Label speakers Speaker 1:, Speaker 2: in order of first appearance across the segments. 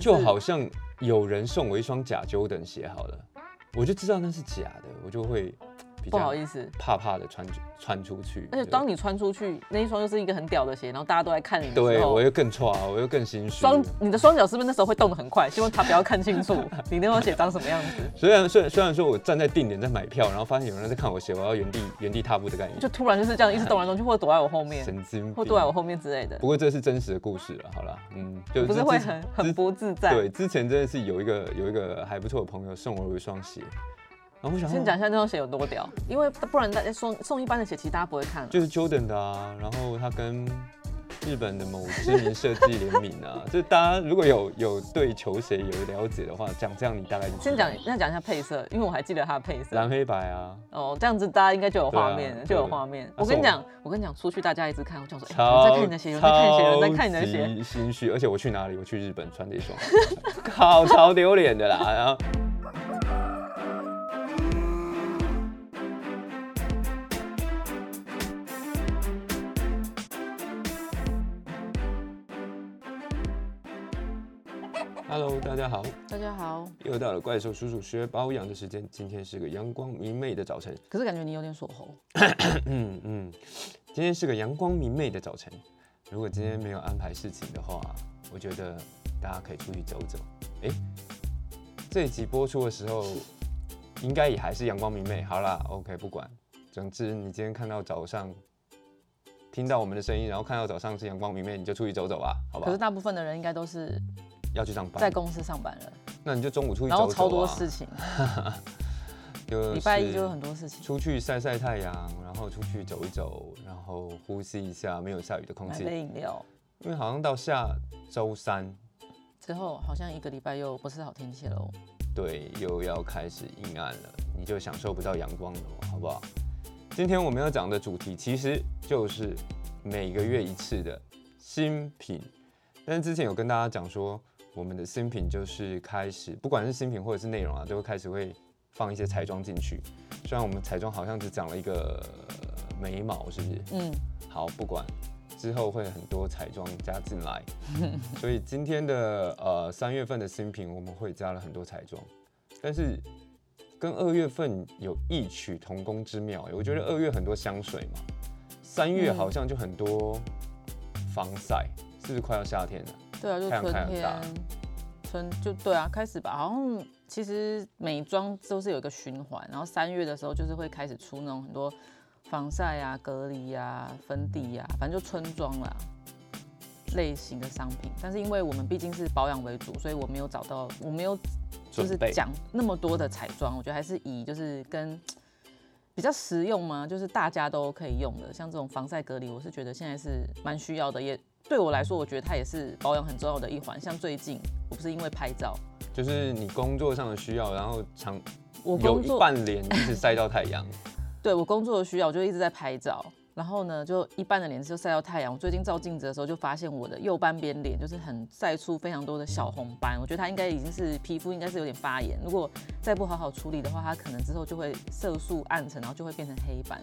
Speaker 1: 就好像有人送我一双假 Jordan 鞋好了，我就知道那是假的，我就会比
Speaker 2: 不好
Speaker 1: 较
Speaker 2: 意思。
Speaker 1: 怕怕的穿穿出去。
Speaker 2: 而且
Speaker 1: 对
Speaker 2: 当你穿出去那一双又是一个很屌的鞋，然后大家都在看你的时
Speaker 1: 对
Speaker 2: 候
Speaker 1: 我，又更差，我又更心虚。
Speaker 2: 双你的双脚是不是那时候会动得很快？希望他不要看清楚 你那双鞋长什么样子，
Speaker 1: 虽然虽然虽然说我站在定点在买票，然后发现有人在看我鞋，我要原地原地踏步的概念，
Speaker 2: 就突然就是这样一直动来动去，或者躲在我后面，
Speaker 1: 神经病。
Speaker 2: 或躲在我后面之类的
Speaker 1: 不，过这是真实的故事了，好了， 嗯，就
Speaker 2: 不是
Speaker 1: 之
Speaker 2: 会
Speaker 1: 之
Speaker 2: 很
Speaker 1: 之
Speaker 2: 很不自在。
Speaker 1: 对，之前真的是有一个有一个还不错的朋友送我一双鞋，然后我想
Speaker 2: 先
Speaker 1: 说
Speaker 2: 讲一下那双鞋有多屌，因为不然大家送送一般的鞋，其实大家不会看了。
Speaker 1: 就是 Jordan 的啊，然后他跟日本的某知名设计联名啊， 就是大家如果有有对球鞋有了解的话，讲这样你大概就知道
Speaker 2: 先讲，那讲一下配色，因为我还记得它的配色
Speaker 1: 蓝。黑白啊，
Speaker 2: 哦，这样子大家应该就有画面
Speaker 1: 对
Speaker 2: 了，
Speaker 1: 啊
Speaker 2: 就有画面。
Speaker 1: 对
Speaker 2: 我跟你讲，我跟你讲，出去大家一直看，我讲说，哎、
Speaker 1: 超
Speaker 2: 有人在看你的鞋，有人在看你的鞋，有人在
Speaker 1: 超
Speaker 2: 看你的鞋。
Speaker 1: 级心虚，而且我去哪里？我去日本穿这双，靠，超丢脸的啦。然后，Hello，大家好，
Speaker 2: 大家好，
Speaker 1: 又到了怪兽叔叔学保养的时间。今天是个阳光明媚的早晨，
Speaker 2: 可是感觉你有点锁喉，
Speaker 1: 嗯嗯，今天是个阳光明媚的早晨。如果今天没有安排事情的话，我觉得大家可以出去走走。诶，这一集播出的时候，应该也还是阳光明媚。好啦，OK，不管。总之，你今天看到早上，听到我们的声音，然后看到早上是阳光明媚，你就出去走走吧，好不
Speaker 2: 可
Speaker 1: 好
Speaker 2: 是？大部分的人应该都是
Speaker 1: 要去上
Speaker 2: 在
Speaker 1: 啊班，
Speaker 2: 公司上班了，
Speaker 1: 那你就中午出去
Speaker 2: 然
Speaker 1: 走走、啊。
Speaker 2: 后超多事，情，
Speaker 1: 就是
Speaker 2: 礼拜一就有很多事情，
Speaker 1: 出去晒晒太阳，然后出去走一走，然后呼吸一下没有下雨的空
Speaker 2: 买
Speaker 1: 气。
Speaker 2: 杯饮料
Speaker 1: 因为好像到下周三，
Speaker 2: 之后，好像一个礼拜又不是好天气了哦。
Speaker 1: 对，又要开始阴暗了，你就享受不到阳光了哦，好不好？今天我们要讲的主题其实就是每个月一次的新品，但是之前有跟大家讲说，我们的新品就是开始，不管是新品或者是内容啊，都会开始会放一些彩妆进去。虽然我们彩妆好像只讲了一个呃眉毛，是不是？
Speaker 2: 嗯，
Speaker 1: 好，不管，之后会很多彩妆加进 来，所以今天的呃三月份的新品我们会加了很多彩妆，但是跟二月份有异曲同工之妙欸。我觉得二月很多香水嘛，三月
Speaker 2: 嗯
Speaker 1: 好像就很多防晒，是不是快要夏天了？
Speaker 2: 对啊，就
Speaker 1: 太阳
Speaker 2: 春
Speaker 1: 开很
Speaker 2: 天
Speaker 1: 大，
Speaker 2: 春就对啊，开始吧。好像其实美妆都是有一个循环，然后三月的时候就是会开始出那种很多防晒啊、隔离啊、粉底啊，反正就春妆啦类型的商品。但是因为我们毕竟是保养为主，所以我没有找到，我没有就是
Speaker 1: 准备
Speaker 2: 讲那么多的彩妆，我觉得还是以就是跟。比较实用吗？就是大家都可以用的，像这种防晒隔离，我是觉得现在是蛮需要的，也对我来说，我觉得它也是保养很重要的一环。像最近，我不是因为拍照，
Speaker 1: 就是你工作上的需要，然后常
Speaker 2: 我
Speaker 1: 有
Speaker 2: 工
Speaker 1: 一
Speaker 2: 作
Speaker 1: 半脸一直晒到太阳，
Speaker 2: 对我工作的需要，我就一直在拍照。然后呢，就一半的脸就晒到太阳。我最近照镜子的时候，就发现我的右半边脸就是很晒出非常多的小红斑。我觉得它应该已经是皮肤应该是有点发炎，如果再不好好处理的话，它可能之后就会色素暗沉，然后就会变成黑斑。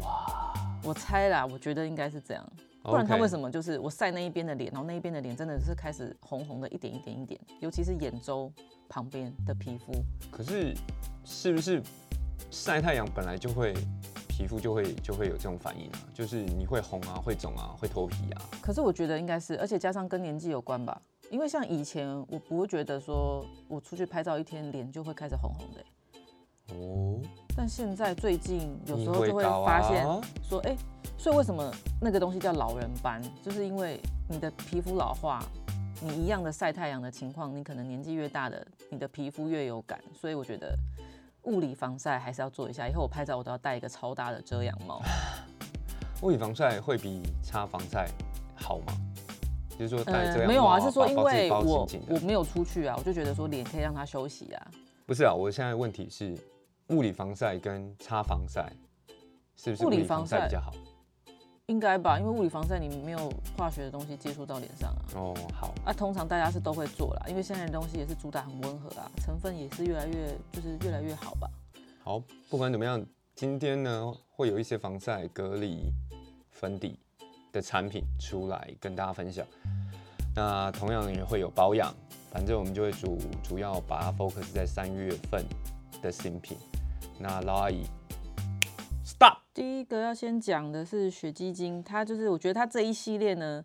Speaker 2: 哇！我猜啦，我觉得应该是这样， 不然它
Speaker 1: OK
Speaker 2: 为什么就是我晒那一边的脸，然后那一边的脸真的是开始红红的，一点一点一点，尤其是眼周旁边的皮肤。
Speaker 1: 可是，是不是晒太阳本来就会皮肤就会就会有这种反应啊？就是你会红啊，会肿啊，会脱皮啊。
Speaker 2: 可是我觉得应该是，而且加上跟年纪有关吧。因为像以前，我不会觉得说我出去拍照一天脸就会开始红红的欸、
Speaker 1: 哦，
Speaker 2: 但现在最近有
Speaker 1: 你
Speaker 2: 时候就会
Speaker 1: 高
Speaker 2: 发现
Speaker 1: 啊、
Speaker 2: 说，哎、所以为什么那个东西叫老人斑？就是因为你的皮肤老化，你一样的晒太阳的情况，你可能年纪越大的，你的皮肤越有感。所以我觉得物理防晒还是要做一下。以后我拍照我都要戴一个超大的遮阳帽。
Speaker 1: 物理防晒会比擦防晒好吗？就是说 戴这样、
Speaker 2: 嗯，没有啊，是说因
Speaker 1: 把自己
Speaker 2: 为
Speaker 1: 包
Speaker 2: 我
Speaker 1: 紧紧
Speaker 2: 我
Speaker 1: 的。
Speaker 2: 没有出去啊，我就觉得说脸可以让它休息啊。
Speaker 1: 不是啊，我现在问题是物理防晒跟擦防晒是不是
Speaker 2: 物
Speaker 1: 物
Speaker 2: 理
Speaker 1: 理防晒
Speaker 2: 防晒
Speaker 1: 比较好？
Speaker 2: 应该吧，因为物理防晒你没有化学的东西接触到脸上啊。
Speaker 1: 哦，好，
Speaker 2: 啊，通常大家是都会做啦，因为现在的东西也是主打很温和啊，成分也是越来越就是越来越好吧。
Speaker 1: 好，不管怎么样，今天呢会有一些防晒、隔离、粉底的产品出来跟大家分享。那同样也会有保养，反正我们就会主主要把它 focus 在三月份的新品。那老阿姨，stop，
Speaker 2: 第一个要先讲的是雪肌精，它就是我觉得它这一系列呢，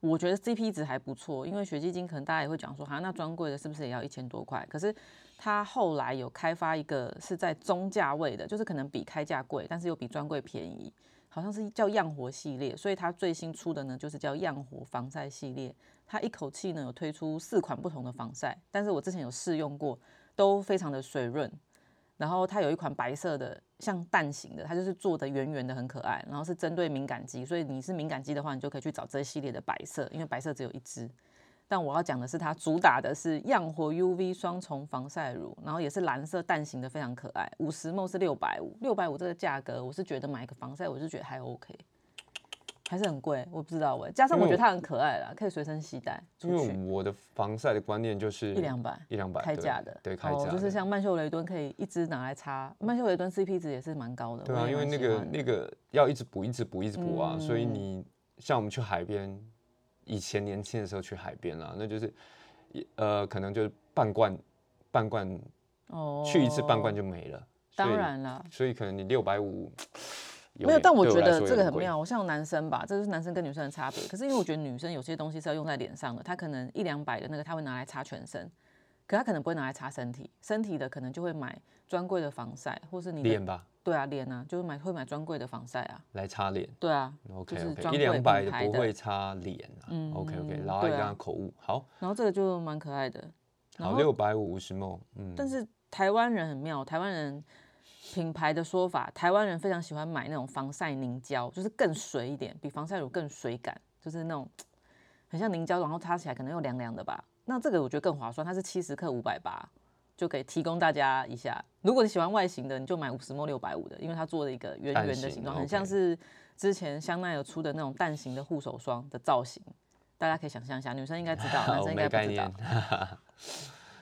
Speaker 2: 我觉得 CP 值还不错，因为雪肌精可能大家也会讲说，哈，那专柜的是不是也要一千多块？可是它后来有开发一个是在中价位的，就是可能比开价贵，但是又比专柜便宜，好像是叫漾活系列，所以它最新出的呢就是叫漾活防晒系列，它一口气呢有推出四款不同的防晒，但是我之前有试用过，都非常的水润，然后它有一款白色的，像蛋形的，它就是做的圆圆的，很可爱。然后是针对敏感肌，所以你是敏感肌的话，你就可以去找这一系列的白色，因为白色只有一支。但我要讲的是，它主打的是漾活 UV 双重防晒乳，然后也是蓝色蛋形的，非常可爱。五十 ml 是六百五，六百五这个价格，我是觉得买一个防晒，我是觉得还 OK，还是很贵，我不知道哎、加上我觉得它很可爱啦，可以随身携带
Speaker 1: 因
Speaker 2: 出
Speaker 1: 为
Speaker 2: 去，
Speaker 1: 我的防晒的观念就是
Speaker 2: 一两百。
Speaker 1: 一两百
Speaker 2: 开
Speaker 1: 对
Speaker 2: 价的，
Speaker 1: 对开价
Speaker 2: 哦，
Speaker 1: 的、
Speaker 2: 就是像曼秀雷敦可以一支拿来擦，曼秀雷敦 CP 值也是蛮高的，
Speaker 1: 对
Speaker 2: 我
Speaker 1: 啊，
Speaker 2: 也
Speaker 1: 因为
Speaker 2: 蛮
Speaker 1: 那
Speaker 2: 喜
Speaker 1: 个
Speaker 2: 欢的
Speaker 1: 那个要一直补，一直补，一直补啊，所以
Speaker 2: 嗯
Speaker 1: 你像我们去海边，以前年轻的时候去海边啦，那就是一呃，可能就是半罐，半罐
Speaker 2: 哦
Speaker 1: 去一次半罐就没了。所
Speaker 2: 当
Speaker 1: 以，
Speaker 2: 然啦，
Speaker 1: 所以可能你六百五
Speaker 2: 没有，但我觉得这个很妙。我像男生吧，这就是男生跟女生的差别。可是因为我觉得女生有些东西是要用在脸上的，她可能一两百的那个，她会拿来擦全身，可她可能不会拿来擦身体，身体的可能就会买专柜的防晒，或是你的
Speaker 1: 脸吧，
Speaker 2: 对啊脸啊，就是买会买专柜的防晒啊，
Speaker 1: 来擦脸。
Speaker 2: 对啊，
Speaker 1: OK
Speaker 2: 就是
Speaker 1: OK，
Speaker 2: 专
Speaker 1: 一
Speaker 2: 柜
Speaker 1: 两百
Speaker 2: 品
Speaker 1: 的
Speaker 2: 牌
Speaker 1: 不
Speaker 2: 的
Speaker 1: 会擦脸啊。OK OK，
Speaker 2: 嗯
Speaker 1: 然后一
Speaker 2: 对啊
Speaker 1: 张口误，好，
Speaker 2: 然后这个就蛮可爱的。然
Speaker 1: 好，
Speaker 2: 后
Speaker 1: 六百五五十 ml，嗯，
Speaker 2: 但是台湾人很妙，台湾人品牌的说法，台湾人非常喜欢买那种防晒凝胶，就是更水一点，比防晒乳更水感，就是那种很像凝胶，然后擦起来可能又凉凉的吧。那这个我觉得更划算，它是七十克五百八，就可以提供大家一下。如果你喜欢外形的，你就买五十 ml 六百五的，因为它做了一个圆
Speaker 1: 蛋
Speaker 2: 圆的
Speaker 1: 形
Speaker 2: 形状，
Speaker 1: ，OK
Speaker 2: 很像是之前香奈儿出的那种蛋形的护手霜的造型。大家可以想象一下，女生应该知 道，男
Speaker 1: 好，
Speaker 2: 生应
Speaker 1: 没
Speaker 2: 该
Speaker 1: 概
Speaker 2: 不知道
Speaker 1: 念。。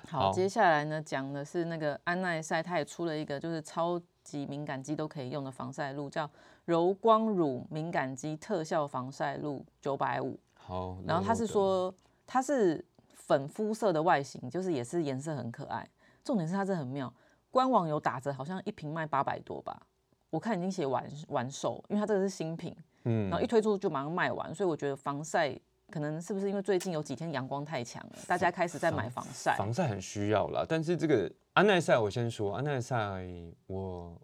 Speaker 2: 好，
Speaker 1: 好
Speaker 2: 接下来呢讲的是那个安耐晒，它也出了一个就是超级敏感肌都可以用的防晒露，叫柔光乳敏感肌特效防晒露九百五。
Speaker 1: 好，
Speaker 2: 然后它是
Speaker 1: logo
Speaker 2: 说它是粉肤色的外形，就是也是颜色很可爱。重点是它这很妙，官网有打折，好像一瓶卖八百多吧。我看已经写完完售，因为它这个是新品，
Speaker 1: 嗯
Speaker 2: 然后一推出就马上卖完，所以我觉得防晒可能是不是因为最近有几天阳光太强了，大家开始在买防晒。
Speaker 1: 防晒很需要啦，但是这个安耐晒，我先说安耐晒，我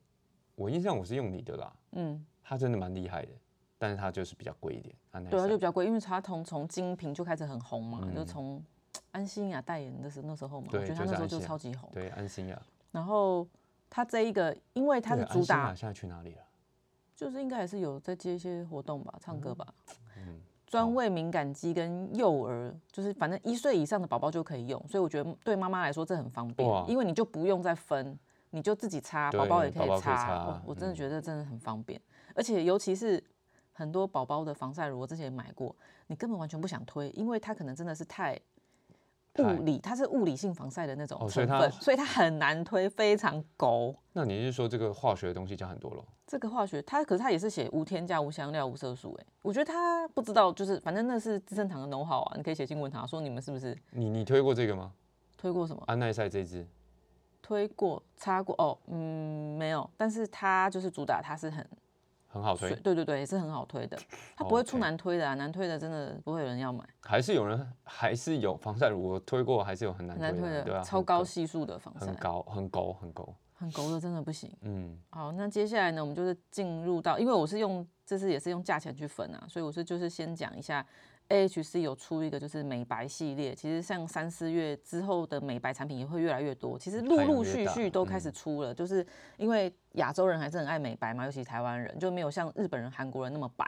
Speaker 1: 我印象我是用你的啦，
Speaker 2: 嗯，
Speaker 1: 它真的蛮厉害的，但是它就是比较贵一点。安耐
Speaker 2: 对啊，就
Speaker 1: 晒
Speaker 2: 比较贵，因为它从从精品就开始很红嘛，就
Speaker 1: 哎嗯
Speaker 2: 从安心雅代言的时候那时候嘛，我
Speaker 1: 对
Speaker 2: 觉得
Speaker 1: 就
Speaker 2: 他那
Speaker 1: 是
Speaker 2: 时候
Speaker 1: 安
Speaker 2: 就
Speaker 1: 心雅
Speaker 2: 超级红。
Speaker 1: 对安心呀，
Speaker 2: 然后它这一个，因为它
Speaker 1: 对
Speaker 2: 是
Speaker 1: 啊安
Speaker 2: 主
Speaker 1: 心
Speaker 2: 打，
Speaker 1: 雅现在去哪里了？
Speaker 2: 就是应该还是有在接一些活动吧，唱歌吧，
Speaker 1: 嗯
Speaker 2: 专为敏感肌跟幼儿，就是反正一岁以上的宝宝就可以用，所以我觉得对妈妈来说这很方
Speaker 1: 哇
Speaker 2: 便，因为你就不用再分，你就自己擦，
Speaker 1: 对
Speaker 2: 宝宝也可
Speaker 1: 宝
Speaker 2: 以
Speaker 1: 宝可以
Speaker 2: 擦。
Speaker 1: 擦
Speaker 2: 哇我真的
Speaker 1: 嗯
Speaker 2: 觉得真的很方便，而且尤其是很多宝宝的防晒乳，我之前也买过，你根本完全不想推，因为它可能真的是太。
Speaker 1: 太
Speaker 2: 物理，它是物理性防晒的那种
Speaker 1: 哦所以
Speaker 2: 成分，
Speaker 1: 它
Speaker 2: 所以它很难推，非常狗。
Speaker 1: 那你是说这个化学的东西加很多咯？
Speaker 2: 这个化学，它可是它也是写无添加、无香料、无色素、欸。我觉得他不知道，就是反正那是资生堂的 know how 啊，你可以写信问他说你们是不是
Speaker 1: 你你推过这个吗？
Speaker 2: 推过什么？
Speaker 1: 安耐晒这支
Speaker 2: 推过、擦过？哦，嗯，没有。但是它就是主打，它是很
Speaker 1: 很好推，哦
Speaker 2: 对对对，也是很好推的，它不会出
Speaker 1: OK
Speaker 2: 难推的啊，难推的真的不会有人要买，
Speaker 1: 还是有人还是有防晒乳，我推过还是有很难
Speaker 2: 很难
Speaker 1: 推
Speaker 2: 推
Speaker 1: 的，对
Speaker 2: 的，
Speaker 1: 啊，
Speaker 2: 超
Speaker 1: 很
Speaker 2: 高
Speaker 1: 狗，
Speaker 2: 系数的防晒
Speaker 1: 很，高，很高，很高，
Speaker 2: 很勾的真的不行。
Speaker 1: 嗯，
Speaker 2: 好，那接下来呢，我们就是进入到，因为我是用这次也是用价钱去分啊，所以我是就是先讲一下，AHC 有出一个就是美白系列，其实像三四月之后的美白产品也会越来越多，其实陆
Speaker 1: 太阳
Speaker 2: 陆
Speaker 1: 越
Speaker 2: 续
Speaker 1: 大
Speaker 2: 续
Speaker 1: 了
Speaker 2: 都开始
Speaker 1: 嗯
Speaker 2: 出了，就是因为亚洲人还是很爱美白嘛，尤其台湾人就没有像日本人、韩国人那么白，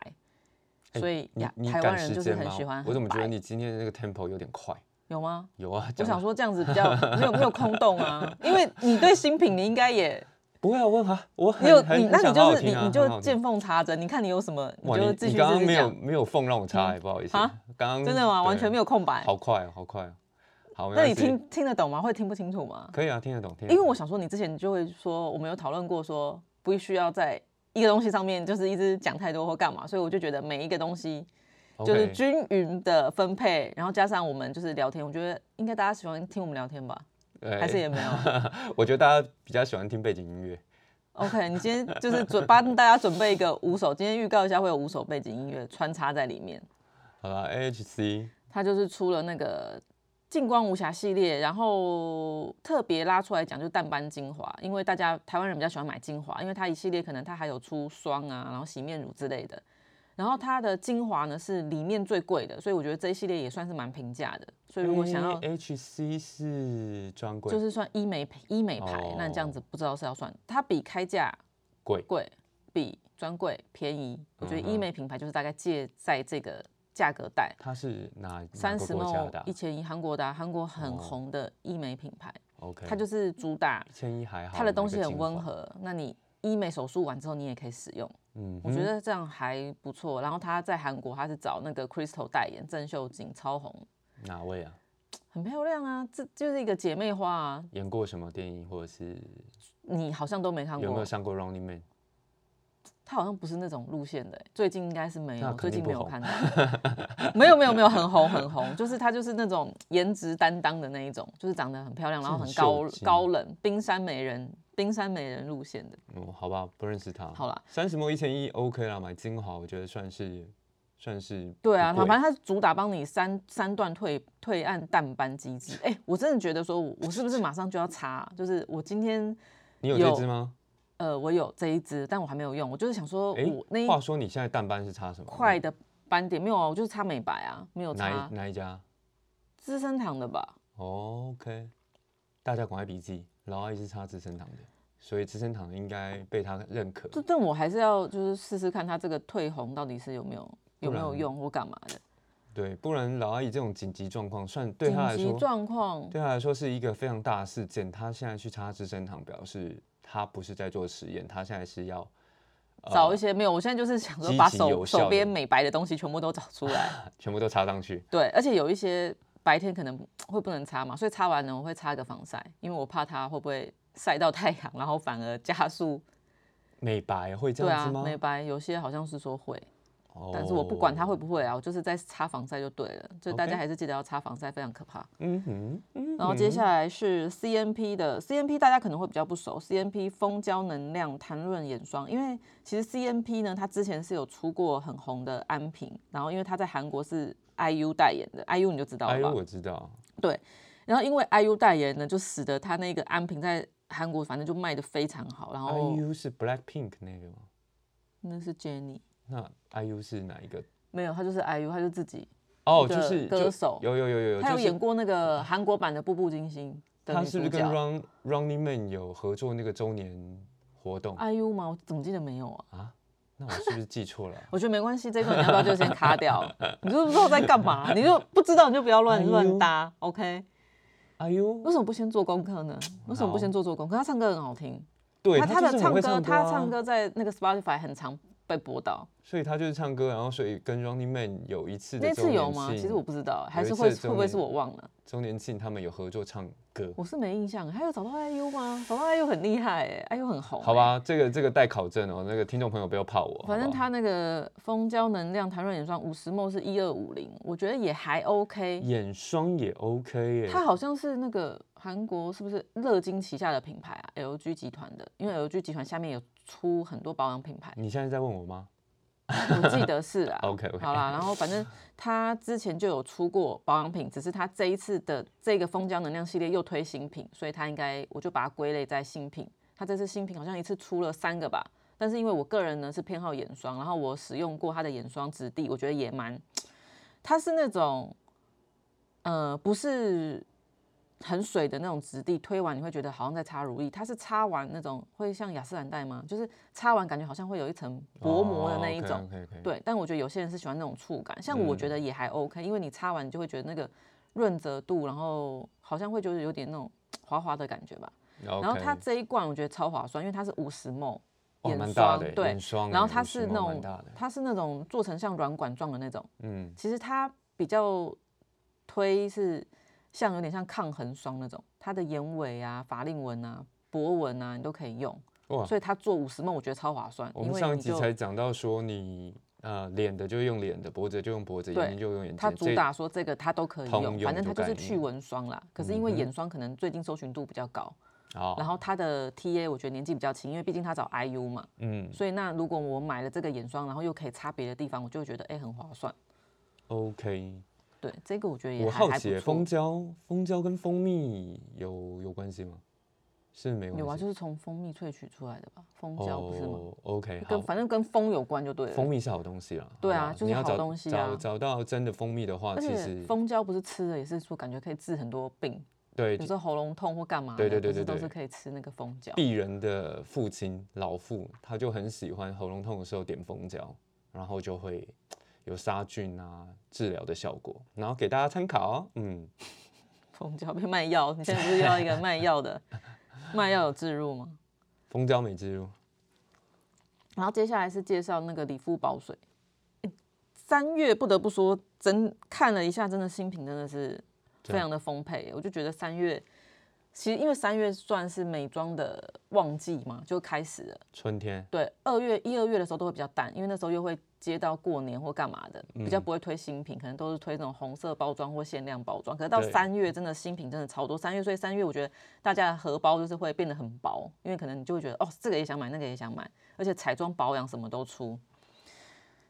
Speaker 1: 哎
Speaker 2: 所以
Speaker 1: 你
Speaker 2: 亚、
Speaker 1: 你
Speaker 2: 台
Speaker 1: 赶
Speaker 2: 湾人
Speaker 1: 时
Speaker 2: 就是
Speaker 1: 间
Speaker 2: 很
Speaker 1: 吗
Speaker 2: 喜欢很白。
Speaker 1: 我怎么觉得你今天的那个 tempo 有点快？
Speaker 2: 有吗？
Speaker 1: 有啊，
Speaker 2: 我
Speaker 1: 讲
Speaker 2: 想
Speaker 1: 啊
Speaker 2: 说这样子比较 没有没有空洞啊，因为你对新品你应该也
Speaker 1: 不会啊，我很好，我很
Speaker 2: 你有
Speaker 1: 很
Speaker 2: 你，那
Speaker 1: 很想好
Speaker 2: 你就
Speaker 1: 好
Speaker 2: 是你
Speaker 1: 听啊
Speaker 2: 你
Speaker 1: 很好
Speaker 2: 就
Speaker 1: 听
Speaker 2: 见缝插针，你看你有什么，你
Speaker 1: 哇，
Speaker 2: 就
Speaker 1: 你
Speaker 2: 继
Speaker 1: 你
Speaker 2: 续
Speaker 1: 刚
Speaker 2: 自
Speaker 1: 刚
Speaker 2: 己
Speaker 1: 没有
Speaker 2: 讲。
Speaker 1: 没有缝让我插、欸，不好意思。
Speaker 2: 啊
Speaker 1: 刚刚
Speaker 2: 真的吗？完
Speaker 1: 对
Speaker 2: 全没有空白。
Speaker 1: 好快哦，好快哦。好，没
Speaker 2: 那你
Speaker 1: 关系
Speaker 2: 听听得懂吗？会听不清楚吗？
Speaker 1: 可以啊，听得懂，听得
Speaker 2: 因为
Speaker 1: 懂。
Speaker 2: 我想说，你之前就会说，我们有讨论过说，不需要在一个东西上面就是一直讲太多或干嘛，所以我就觉得每一个东西就是
Speaker 1: OK
Speaker 2: 均匀的分配，然后加上我们就是聊天，我觉得应该大家喜欢听我们聊天吧？
Speaker 1: 呃
Speaker 2: 还是也没 有
Speaker 1: 我觉得大家比较喜欢听背景音乐。
Speaker 2: ？OK，你今天就是准帮大家准备一个五首，今天预告一下会有五首背景音乐穿插在里面。
Speaker 1: 好了，AHC
Speaker 2: 他就是出了那个净光无瑕系列，然后特别拉出来讲就是淡斑精华，因为大家台湾人比较喜欢买精华，因为它一系列可能它还有出霜啊，然后洗面乳之类的。然后它的精华呢是里面最贵的，所以我觉得这一系列也算是蛮平价的。所以如果想要
Speaker 1: AHC 是专柜，
Speaker 2: 就是算医美医美牌，那这样子不知道是要算它比开价
Speaker 1: 哦贵
Speaker 2: 贵，比专柜便宜。我觉得
Speaker 1: 嗯
Speaker 2: 医
Speaker 1: 哼
Speaker 2: 美品牌就是大概介在这个价格带。
Speaker 1: 它是哪哪
Speaker 2: 三
Speaker 1: 个
Speaker 2: 十
Speaker 1: 国家
Speaker 2: ml
Speaker 1: 的啊
Speaker 2: 一千一，韩国的、啊，韩国很
Speaker 1: 哦
Speaker 2: 红的医美品牌，
Speaker 1: ？OK，
Speaker 2: 它就是主打
Speaker 1: 一千一还好，
Speaker 2: 它的东西
Speaker 1: 买个
Speaker 2: 很
Speaker 1: 精
Speaker 2: 温
Speaker 1: 华，
Speaker 2: 和。那你医美手术完之后，你也可以使用，
Speaker 1: 嗯
Speaker 2: 我
Speaker 1: 哼
Speaker 2: 觉得这样还不错。然后它在韩国，它是找那个 Crystal 代言，郑秀晶超红，
Speaker 1: 哪位啊？
Speaker 2: 很漂亮啊，这就是一个姐妹花啊。
Speaker 1: 演过什么电影，或者是
Speaker 2: 你好像都没看
Speaker 1: 有没
Speaker 2: 过
Speaker 1: 有，上过 Running Man？
Speaker 2: 它好像不是那种路线的欸、最近应该是没
Speaker 1: 那
Speaker 2: 有，
Speaker 1: 肯
Speaker 2: 最
Speaker 1: 定
Speaker 2: 近
Speaker 1: 不
Speaker 2: 没有
Speaker 1: 红
Speaker 2: 看到， 没有没有没有很红很红，就是她就是那种颜值担当的那一种，就是长得很漂亮，然后
Speaker 1: 郑
Speaker 2: 很
Speaker 1: 秀
Speaker 2: 高
Speaker 1: 晶
Speaker 2: 高冷，冰山美人，冰山美人路线的。
Speaker 1: 嗯，好吧，不认识他。
Speaker 2: 好啦，
Speaker 1: 三十 ml 一千一 OK 啦，买精华我觉得算是算是
Speaker 2: 对啊，
Speaker 1: 不贵
Speaker 2: 反正它主打帮你三三段退退案淡斑机制。哎、我真的觉得说我我是不是马上就要擦啊？就是我今天
Speaker 1: 你有这
Speaker 2: 有
Speaker 1: 支吗？
Speaker 2: 呃我有这一支，但我还没有用，我就是想说
Speaker 1: 哎
Speaker 2: 我那，一
Speaker 1: 话说你现在淡斑是擦什么？
Speaker 2: 块的斑点没有啊，我就是擦美白啊，没有
Speaker 1: 哪
Speaker 2: 擦
Speaker 1: 一哪一家
Speaker 2: 资生堂的吧。
Speaker 1: ？OK，大家赶快笔记，老阿姨是擦资生堂的，所以资生堂应该被他认可。
Speaker 2: 这但我还是要就是试试看它这个退红到底是有没有有没
Speaker 1: 不
Speaker 2: 有
Speaker 1: 然
Speaker 2: 用或干嘛的。
Speaker 1: 对，不然老阿姨这种紧急状况，算对
Speaker 2: 紧
Speaker 1: 她来
Speaker 2: 急
Speaker 1: 说，
Speaker 2: 状况，
Speaker 1: 对她来说是一个非常大的事件。她现在去擦资生堂，表示她不是在做实验，她现在是要呃
Speaker 2: 找一些没有，我现在就是想说
Speaker 1: 积
Speaker 2: 把
Speaker 1: 极
Speaker 2: 手
Speaker 1: 有效
Speaker 2: 手边
Speaker 1: 的
Speaker 2: 美白的东西全部都找出 来。
Speaker 1: 全部都擦上去。
Speaker 2: 对，而且有一些白天可能会不能擦嘛，所以擦完呢我会擦个防晒，因为我怕它会不会晒到太阳，然后反而加速。
Speaker 1: 美白会这
Speaker 2: 对
Speaker 1: 样
Speaker 2: 啊
Speaker 1: 子吗？，
Speaker 2: 美白有些好像是说会，但是我不
Speaker 1: 哦
Speaker 2: 管它会不会啊，我就是在擦防晒就对了。所以大
Speaker 1: OK
Speaker 2: 家还是记得要擦防晒，非常可怕。
Speaker 1: 嗯哼，嗯
Speaker 2: 然后接下来是 CNP 的 CNP，大家可能会比较不熟，CNP 蜂胶能量弹润眼霜，因为其实 CNP 呢，它之前是有出过很红的安瓶，然后因为它在韩国是 IU 代言的，IU 你就知道
Speaker 1: 哎
Speaker 2: 了
Speaker 1: 呦，
Speaker 2: 吧？
Speaker 1: 我知道，
Speaker 2: 然后因为 IU 代言呢，就使得它那个安瓶在韩国反正就卖的非常好，然后
Speaker 1: IU 是 Black Pink 那个吗？
Speaker 2: 那是 Jenny，
Speaker 1: 那 IU 是哪一个？
Speaker 2: 没有，她就是 IU，她就自己，
Speaker 1: 哦，
Speaker 2: 一
Speaker 1: 就
Speaker 2: 个
Speaker 1: 是
Speaker 2: 歌
Speaker 1: 就
Speaker 2: 手
Speaker 1: 有有有有有，
Speaker 2: 她
Speaker 1: 呃
Speaker 2: 有
Speaker 1: 就是
Speaker 2: 演过那个韩国版的《步步惊心》的
Speaker 1: 他
Speaker 2: 女
Speaker 1: 是不
Speaker 2: 主
Speaker 1: 是跟
Speaker 2: 角
Speaker 1: Run Running Man 有合作那个周年活动？
Speaker 2: ，IU 吗？我怎么记得没有啊？
Speaker 1: 那我是不是记错了
Speaker 2: 我觉得没关系，这一段你要不要就先卡掉？你就不知道在干嘛，你就不知道你就不要乱
Speaker 1: 哎呦
Speaker 2: 乱搭，OK？为
Speaker 1: ？IU
Speaker 2: 什么不先做功课呢？为什么不先做做功课？他唱歌很好听，
Speaker 1: 对
Speaker 2: 他
Speaker 1: 就
Speaker 2: 的
Speaker 1: 是很
Speaker 2: 唱歌，
Speaker 1: 会唱歌、啊
Speaker 2: 他唱，歌在那个 Spotify 很常被播到。
Speaker 1: 所以他就是唱歌，然后所以跟 Running Man 有一次的
Speaker 2: 那
Speaker 1: 周
Speaker 2: 次有
Speaker 1: 年
Speaker 2: 吗？
Speaker 1: 庆，
Speaker 2: 其实我不知道，还
Speaker 1: 有一
Speaker 2: 是会
Speaker 1: 次的周
Speaker 2: 会不会是
Speaker 1: 年
Speaker 2: 我忘了？
Speaker 1: 周年庆他们有合作唱歌。
Speaker 2: 我是没印象。还有找到 IU 吗？找到 IU 很厉害哎、i u 很红、
Speaker 1: 好，吧，这个这个待考证哦，那个听众朋友不要怕我。好
Speaker 2: 反正
Speaker 1: 不好
Speaker 2: 他那个蜂胶能量弹润眼霜五十 ml 是一二五零，我觉得也还 OK。
Speaker 1: 眼霜也 OK 耶，，
Speaker 2: 它好像是那个韩国是不是乐金旗下的品牌啊？LG 集团的，因为 LG 集团下面有出很多保养品牌
Speaker 1: 你现在在问我吗？
Speaker 2: 我记得是啦。
Speaker 1: OK，OK
Speaker 2: 啊好啦，然后反正它之前就有出过保养品，只是它这一次的这个蜂胶能量系列又推新品，所以它应该我就把它归类在新品。它这次新品好像一次出了三个吧，但是因为我个人呢是偏好眼霜，然后我使用过它的眼霜质地，我觉得也蛮，它是那种，呃，不是很水的那种质地，推完你会觉得好像在擦乳液，它是擦完那种会像雅诗兰黛吗？就是擦完感觉好像会有一层薄膜
Speaker 1: 哦
Speaker 2: 的那一种。
Speaker 1: o k
Speaker 2: 对，但我觉得有些人是喜欢那种触感，像我觉
Speaker 1: 嗯
Speaker 2: 得也还 OK，、因为你擦完你就会觉得那个润泽度，然后好像会就是有点那种滑滑的感觉吧。
Speaker 1: 然
Speaker 2: 然后它这一罐我觉得超划算，因为它是五十 ml
Speaker 1: 哦
Speaker 2: 眼
Speaker 1: 蛮大
Speaker 2: 霜，
Speaker 1: 的耶
Speaker 2: 对
Speaker 1: 眼，霜耶，
Speaker 2: 然后它
Speaker 1: 50
Speaker 2: 是
Speaker 1: 毛
Speaker 2: 那
Speaker 1: 蛮
Speaker 2: 种
Speaker 1: 大的，
Speaker 2: 它是那种做成像软管状的那种，
Speaker 1: 嗯，
Speaker 2: 其实它比较推是像有点像抗痕霜那种，它的眼尾啊、法令纹啊、博纹啊，你都可以用。
Speaker 1: 哇，
Speaker 2: 所以它做五十梦，我觉得超划算，
Speaker 1: 我
Speaker 2: 因
Speaker 1: 们
Speaker 2: 为
Speaker 1: 上一
Speaker 2: 你
Speaker 1: 集
Speaker 2: 就
Speaker 1: 才讲到说你呃，脸的就用脸的，脖子就用脖子，
Speaker 2: 对
Speaker 1: 眼睛就用眼睛。
Speaker 2: 它主
Speaker 1: 这
Speaker 2: 打说这个它都可以
Speaker 1: 通
Speaker 2: 用，
Speaker 1: 用
Speaker 2: 反正它
Speaker 1: 就
Speaker 2: 就是
Speaker 1: 概
Speaker 2: 去
Speaker 1: 念
Speaker 2: 纹霜啦。可是因为
Speaker 1: 嗯哼
Speaker 2: 眼霜可能最近搜寻度比较高，
Speaker 1: 哦，
Speaker 2: 然后它的 TA 我觉得年纪比较轻，因为毕竟它找 IU 嘛，
Speaker 1: 嗯
Speaker 2: 所以那如果我买了这个眼霜，然后又可以擦别的地方，我就会觉得哎、很划算。
Speaker 1: ，OK。
Speaker 2: 对，这个我觉得也
Speaker 1: 我
Speaker 2: 还
Speaker 1: 好
Speaker 2: 还
Speaker 1: 奇耶，
Speaker 2: 不
Speaker 1: 蜂
Speaker 2: 错。
Speaker 1: 胶，蜂胶跟蜂蜜有有关系吗？是没
Speaker 2: 有啊，
Speaker 1: 关系。
Speaker 2: 就是从蜂蜜萃取出来的吧？啊蜂胶不是吗？
Speaker 1: 哦，OK，
Speaker 2: 跟
Speaker 1: 好。
Speaker 2: 反正跟蜂有关就对了。
Speaker 1: 蜂蜜是好东西啦，
Speaker 2: 对
Speaker 1: 好不
Speaker 2: 啊
Speaker 1: 好
Speaker 2: 就是
Speaker 1: 你要
Speaker 2: 好
Speaker 1: 找
Speaker 2: 东西啊
Speaker 1: 找找到真的蜂蜜的话，
Speaker 2: 而
Speaker 1: 其
Speaker 2: 且
Speaker 1: 实
Speaker 2: 蜂胶不是吃了也是说感觉可以治很多病，
Speaker 1: 对
Speaker 2: 有时候喉咙痛或干嘛的，
Speaker 1: 对对对
Speaker 2: 不是
Speaker 1: 对
Speaker 2: 都
Speaker 1: 对
Speaker 2: 是可以吃那个蜂胶。
Speaker 1: 鄙人的父亲老父，他就很喜欢喉咙痛的时候点蜂胶，然后就会有杀菌啊治疗的效果，然后给大家参考哦。嗯，
Speaker 2: 蜂胶被卖药，你现在不是又要一 个卖药的？卖药有置入吗？
Speaker 1: 蜂胶美之乳，
Speaker 2: 然后接下来是介绍那个理肤宝水。诶三月不得不说，真看了一下，真的新品真的是非常的丰沛。我就觉得三月，其实因为三月算是美妆的旺季嘛，就开始了。
Speaker 1: 春天
Speaker 2: 对，二月一、二月的时候都会比较淡，因为那时候又会接到过年或干嘛的，比较
Speaker 1: 嗯
Speaker 2: 不会推新品，可能都是推那种红色包装或限量包装。可是到
Speaker 1: 对
Speaker 2: 三月，真的新品真的超多。三月，所以三月我觉得大家的荷包就是会变得很薄，因为可能你就会觉得哦，这个也想买，那个也想买，而且彩妆保养什么都出。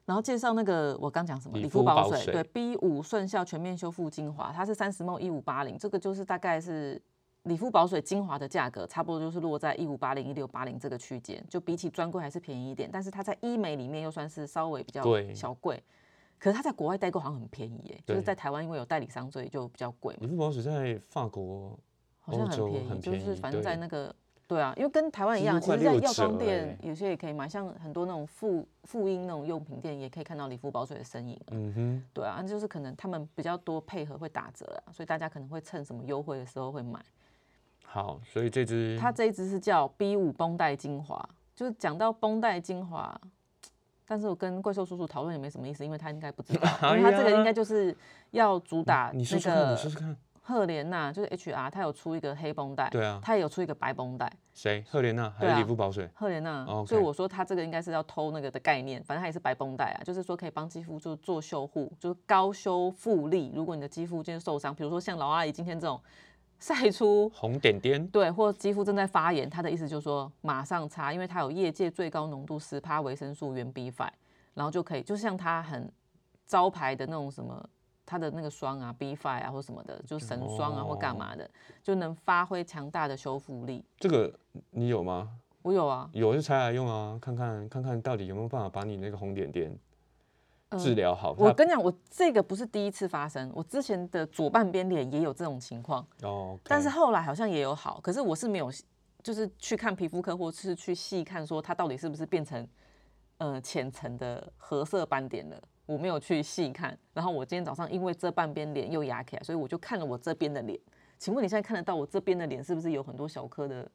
Speaker 2: 然后介绍那个我刚讲什么
Speaker 1: 理
Speaker 2: 理
Speaker 1: 肤
Speaker 2: 肤宝
Speaker 1: 宝
Speaker 2: 水，
Speaker 1: 水
Speaker 2: 对 B 五顺效全面修复精华，它是三十 ml 一五八零，这个就是大概是理肤宝水精华的价格差不多就是落在一五八零一六八零这个区间，就比起专柜还是便宜一点，但是它在医美里面又算是稍微比较
Speaker 1: 对
Speaker 2: 小贵。可是它在国外代购好像很便宜耶、就是
Speaker 1: 对
Speaker 2: 在台湾因为有代理商，所以就比较贵嘛
Speaker 1: 你，肤宝水在法国
Speaker 2: 好像
Speaker 1: 欧洲
Speaker 2: 很便宜，
Speaker 1: 很
Speaker 2: 就
Speaker 1: 便
Speaker 2: 是
Speaker 1: 宜
Speaker 2: 反正在
Speaker 1: 对
Speaker 2: 那个对啊，因为跟台湾一样，
Speaker 1: 几
Speaker 2: 其
Speaker 1: 乎
Speaker 2: 实
Speaker 1: 快
Speaker 2: 在
Speaker 1: 六
Speaker 2: 药妆
Speaker 1: 折
Speaker 2: 店
Speaker 1: 欸
Speaker 2: 有些也可以买，像很多那种妇妇婴那种用品店也可以看到理肤宝水的身影啊、
Speaker 1: 嗯哼，
Speaker 2: 对啊，就是可能他们比较多配合会打折啊，所以大家可能会趁什么优惠的时候会买。
Speaker 1: 好，所以这支
Speaker 2: 它这一支是叫 B 五绷带精华，就是讲到绷带精华，但是我跟怪兽叔叔讨论也没什么意思，因为他应该不知 道，因为他这
Speaker 1: 哎
Speaker 2: 个
Speaker 1: 呀
Speaker 2: 应该就是要主打
Speaker 1: 你试
Speaker 2: 那
Speaker 1: 试看，啊你试
Speaker 2: 个
Speaker 1: 试看，
Speaker 2: 赫莲娜，就是 HR，它有出一个黑绷带，
Speaker 1: 对啊
Speaker 2: 它也有出一个白绷带，
Speaker 1: 谁？赫莲娜还
Speaker 2: 对
Speaker 1: 是
Speaker 2: 啊
Speaker 1: 理肤宝水？
Speaker 2: 赫莲娜，
Speaker 1: 哦 OK
Speaker 2: 所以我说它这个应该是要偷那个的概念，反正它也是白绷带啊，就是说可以帮肌肤就做修护，就是高修复力。如果你的肌肤今天受伤，比如说像老阿姨今天这种晒出
Speaker 1: 红点点，
Speaker 2: 对，或肌肤正在发炎，它的意思就是说马上擦，因为它有业界最高浓度十趴维生素原 B 5然后就可以，就像它很招牌的那种什么，它的那个霜啊 B 5啊或什么的，就神霜啊或干嘛的，就能发挥强大的修复力。
Speaker 1: 这个你有吗？
Speaker 2: 我有啊，
Speaker 1: 有就拆来用啊，看看看看到底有没有办法把你那个红点点治疗好。
Speaker 2: 呃我
Speaker 1: 它
Speaker 2: 跟你讲，我这个不是第一次发生，我之前的左半边脸也有这种情况，
Speaker 1: 哦，
Speaker 2: 但是后来好像也有好，可是我是没有，就是去看皮肤科或是去细看说它到底是不是变成呃浅层的褐色斑点了，我没有去细看。然后我今天早上因为这半边脸又压起来，所以我就看了我这边的脸。请问你现在看得到我这边的脸是不是有很多小颗的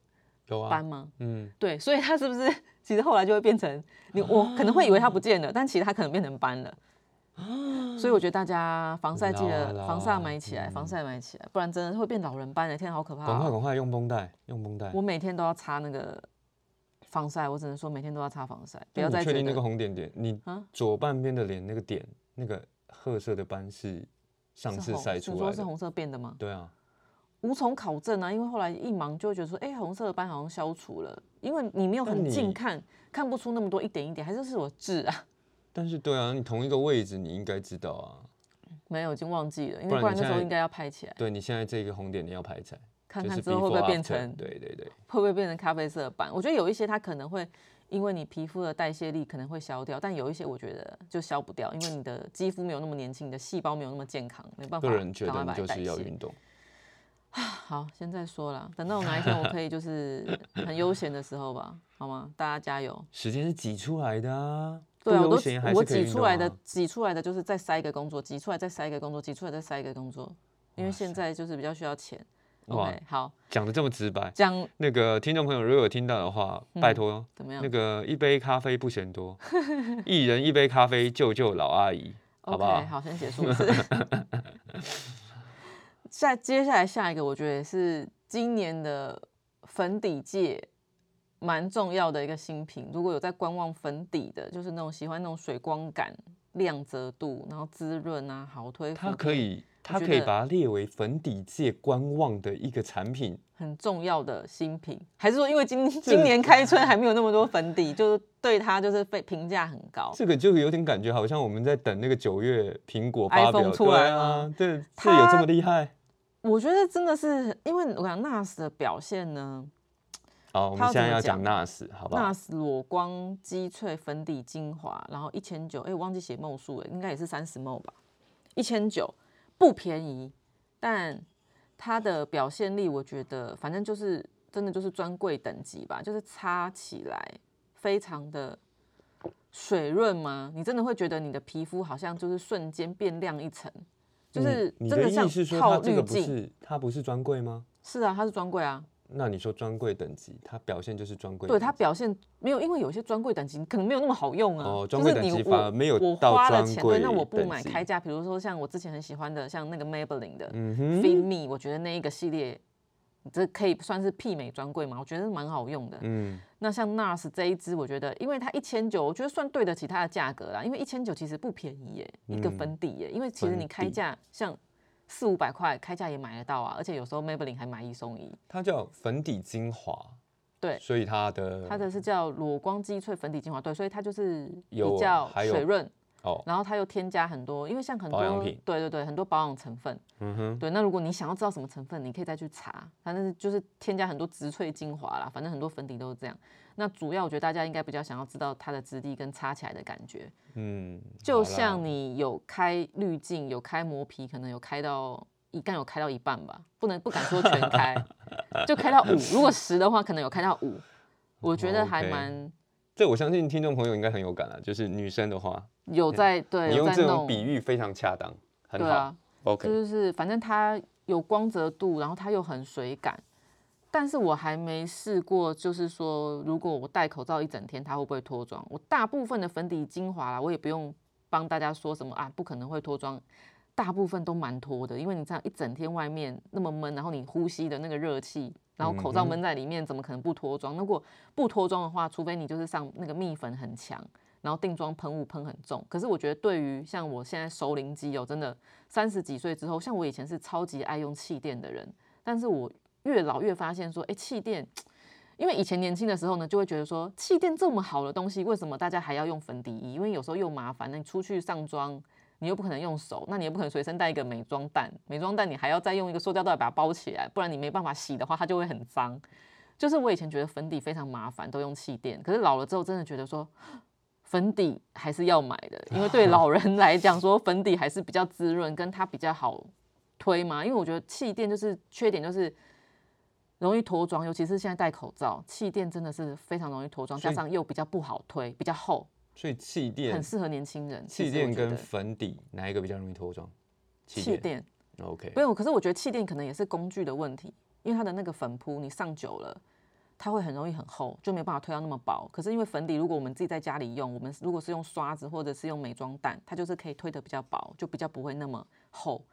Speaker 1: 有啊
Speaker 2: 斑，吗？
Speaker 1: 嗯，
Speaker 2: 对，所以它是不是 其实后来就会变成你我可能会以为它不见了，但其实它可能变成斑了。所以我觉得大家防晒记
Speaker 1: 啊老啊老
Speaker 2: 得
Speaker 1: 啊
Speaker 2: 防晒买起来，防晒买起来，不然真的会变老人斑的，天啊，好可怕、
Speaker 1: 赶快
Speaker 2: 哦！
Speaker 1: 赶快用绷带，用绷带。
Speaker 2: 我每天都要擦那个防晒，我只能说每天都要擦防晒，不
Speaker 1: 那
Speaker 2: 要
Speaker 1: 你
Speaker 2: 再
Speaker 1: 确
Speaker 2: 觉
Speaker 1: 定那个
Speaker 2: 得
Speaker 1: 红点点，你
Speaker 2: 啊
Speaker 1: 左半边的脸那个点，那个褐色的斑是上
Speaker 2: 是
Speaker 1: 次
Speaker 2: 红
Speaker 1: 晒
Speaker 2: 你
Speaker 1: 出来
Speaker 2: 说是
Speaker 1: 的。
Speaker 2: 红色变的吗？
Speaker 1: 对啊，
Speaker 2: 无从考证啊，因为后来一忙就会觉得说，哎、红色的斑好像消除了，因为你没有
Speaker 1: 但
Speaker 2: 很近
Speaker 1: 你
Speaker 2: 看，看不出那么多一点一点，还是是我痣啊。
Speaker 1: 但是对啊，你同一个位置你应该知道啊。
Speaker 2: 没有，已经忘记了，因
Speaker 1: 不然
Speaker 2: 为不然
Speaker 1: 你
Speaker 2: 那时
Speaker 1: 现
Speaker 2: 候
Speaker 1: 在
Speaker 2: 应该要拍起来。
Speaker 1: 对你现在这个红点点要排在，
Speaker 2: 看
Speaker 1: 就
Speaker 2: 看
Speaker 1: 是
Speaker 2: 之后会不
Speaker 1: before
Speaker 2: 会变
Speaker 1: after
Speaker 2: 成
Speaker 1: 对对对，
Speaker 2: 会不会变成咖啡色的斑？我觉得有一些它可能会因为你皮肤的代谢力可能会消掉，但有一些我觉得就消不掉，因为你的肌肤没有那么年轻，你的细胞没有那么健康，没办法。
Speaker 1: 个人觉得
Speaker 2: 赶快把
Speaker 1: 你
Speaker 2: 它
Speaker 1: 就
Speaker 2: 代
Speaker 1: 是要
Speaker 2: 谢
Speaker 1: 运动。
Speaker 2: 好，现在说了，等到我哪一天我可以就是很悠闲的时候吧，好吗？大家加油！
Speaker 1: 时间是挤出来的啊，
Speaker 2: 对啊，
Speaker 1: 不
Speaker 2: 我
Speaker 1: 悠
Speaker 2: 都
Speaker 1: 闲还
Speaker 2: 我
Speaker 1: 是可以
Speaker 2: 挤
Speaker 1: 运
Speaker 2: 出
Speaker 1: 动
Speaker 2: 来的
Speaker 1: 啊，
Speaker 2: 挤出来的就是再塞一个工作，挤出来再塞一个工作，挤出来再塞一个工作，因为现在就是比较需要钱。
Speaker 1: 哇
Speaker 2: OK，好，
Speaker 1: 讲的这么直白。
Speaker 2: 讲
Speaker 1: 那个听众朋友，如果有听到的话，
Speaker 2: 嗯
Speaker 1: 拜托，
Speaker 2: 怎么样
Speaker 1: 那？个一杯咖啡不嫌多， 一人一杯咖啡救救老阿姨，好不
Speaker 2: OK，
Speaker 1: 好？
Speaker 2: 好，先结 束一次。下接下来下一个，我觉得也是今年的粉底界蛮重要的一个新品。如果有在观望粉底的，就是那种喜欢那种水光感、亮泽度，然后滋润啊，好推。
Speaker 1: 它
Speaker 2: 服
Speaker 1: 可以，它
Speaker 2: 觉
Speaker 1: 可以
Speaker 2: 得
Speaker 1: 把它列为粉底界观望的一个产品。
Speaker 2: 很重要的新品，还是说因为今
Speaker 1: 这个
Speaker 2: 今年开春还没有那么多粉底，就是对它就是被评价很高。
Speaker 1: 这个就有点感觉，好像我们在等那个九月苹果发表
Speaker 2: iPhone 出来
Speaker 1: 对啊
Speaker 2: 吗，
Speaker 1: 对，是有
Speaker 2: 它
Speaker 1: 这么厉害？
Speaker 2: 我觉得真的是因为我讲 NARS 的表现呢
Speaker 1: 好，我们
Speaker 2: 它要
Speaker 1: 现在
Speaker 2: 怎
Speaker 1: 要讲
Speaker 2: 么
Speaker 1: NARS，好不好？
Speaker 2: ，NARS 裸光肌萃粉底精华，然后一千九，哎，我忘记写梦数了，应该也是三十梦吧，一千九不便宜，但它的表现力，我觉得反正就是真的就是专柜等级吧，就是擦起来非常的水润吗？你真的会觉得你的皮肤好像就是瞬间变亮一层，就是
Speaker 1: 嗯你你
Speaker 2: 真
Speaker 1: 的
Speaker 2: 像
Speaker 1: 意思是说，它
Speaker 2: 套
Speaker 1: 这
Speaker 2: 滤
Speaker 1: 个不
Speaker 2: 镜。
Speaker 1: 是它不是专柜吗？
Speaker 2: 是啊，它是专柜啊，
Speaker 1: 那你说专柜等级，它表现就是专柜等
Speaker 2: 对
Speaker 1: 级，
Speaker 2: 它表现没有，因为有些专柜等级可能没有那么好用啊。
Speaker 1: 哦
Speaker 2: 就
Speaker 1: 专柜
Speaker 2: 是
Speaker 1: 等
Speaker 2: 你
Speaker 1: 级
Speaker 2: 我
Speaker 1: 反而没有
Speaker 2: 我
Speaker 1: 到
Speaker 2: 花了
Speaker 1: 专
Speaker 2: 钱，
Speaker 1: 柜
Speaker 2: 对，那我不
Speaker 1: 等
Speaker 2: 买
Speaker 1: 级
Speaker 2: 开价，比如说像我之前很喜欢的，像那个 Maybelline 的
Speaker 1: 嗯
Speaker 2: Fit
Speaker 1: 哼，
Speaker 2: Me，、我觉得那一个系列，这可以算是媲美专柜嘛，我觉得蛮好用的。
Speaker 1: 嗯，
Speaker 2: 那像 NARS 这一支，我觉得因为它一千九，我觉得算对得起它的价格啦，因为一千九其实不便宜耶，一个
Speaker 1: 嗯
Speaker 2: 粉底耶，因为其实
Speaker 1: 粉
Speaker 2: 你开
Speaker 1: 底
Speaker 2: 价像四五百块，开价也买得到啊，而且有时候 Maybelline 还买一送一。
Speaker 1: 它叫粉底精华，
Speaker 2: 对
Speaker 1: 所以它的
Speaker 2: 它的是叫裸光肌萃粉底精华，对，所以它就是
Speaker 1: 有
Speaker 2: 比较
Speaker 1: 还有
Speaker 2: 水润，
Speaker 1: 哦，
Speaker 2: 然后它又添加很多，因为像很多
Speaker 1: 保养品
Speaker 2: 对对对，很多保养成分，
Speaker 1: 嗯哼，
Speaker 2: 对。那如果你想要知道什么成分，你可以再去查，反正就是添加很多植萃精华啦，反正很多粉底都是这样。那主要我觉得大家应该比较想要知道它的质地跟擦起来的感觉，
Speaker 1: 嗯，
Speaker 2: 就
Speaker 1: 好啦
Speaker 2: 像你有开滤镜，有开磨皮，可能有开到一干有开到一半吧，不能不敢说全开， 就开到五。如果十的话，可能有开到五。我觉得还
Speaker 1: 哦 OK
Speaker 2: 蛮。
Speaker 1: 这我相信听众朋友应该很有感啊，就是女生的话，
Speaker 2: 有在对，
Speaker 1: 你
Speaker 2: 有
Speaker 1: 用
Speaker 2: 在
Speaker 1: 这
Speaker 2: 弄
Speaker 1: 种，比喻非常恰当，很
Speaker 2: 对
Speaker 1: 好
Speaker 2: 啊，这
Speaker 1: ，OK，
Speaker 2: 就是反正它有光泽度，然后它又很水感。但是我还没试过，就是说，如果我戴口罩一整天，它会不会脱妆？我大部分的粉底精华啦，我也不用帮大家说什么啊，不可能会脱妆，大部分都蛮脱的，因为你这样一整天外面那么闷，然后你呼吸的那个热气，然后口罩
Speaker 1: 嗯哼
Speaker 2: 闷在里面，怎么可能不脱妆？如果不脱妆的话，除非你就是上那个蜜粉很强，然后定妆喷雾喷很重。可是我觉得对于像我现在熟龄肌哦，真的三十几岁之后，像我以前是超级爱用气垫的人，但是我越老越发现说，哎，气垫。因为以前年轻的时候呢，就会觉得说气垫这么好的东西，为什么大家还要用粉底液？因为有时候又麻烦，那你出去上妆，你又不可能用手，那你也不可能随身带一个美妆蛋，美妆蛋你还要再用一个塑胶袋把它包起来，不然你没办法洗的话，它就会很脏。就是我以前觉得粉底非常麻烦，都用气垫，可是老了之后真的觉得说。粉底还是要买的，因为对老人来讲，说粉底还是比较滋润，跟它比较好推嘛。因为我觉得气垫就是缺点，就是容易脱妆，尤其是现在戴口罩，气垫真的是非常容易脱妆，
Speaker 1: 所以
Speaker 2: 加上又比较不好推，比较厚，
Speaker 1: 所以气
Speaker 2: 很
Speaker 1: 垫、
Speaker 2: 适合年轻人。其
Speaker 1: 气
Speaker 2: 实我
Speaker 1: 垫
Speaker 2: 觉
Speaker 1: 跟
Speaker 2: 得
Speaker 1: 粉底哪一个比较容易脱妆？
Speaker 2: 气垫，
Speaker 1: ，OK，
Speaker 2: 不用，可是我觉得气垫可能也是工具的问题，因为它的那个粉扑你上久了，它会很容易很厚，就没办法推到那么薄。可是因为粉底，如果我们自己在家里用，我们如果是用刷子或者是用美妆蛋，它就是可以推的比较薄，就比较不会那么厚。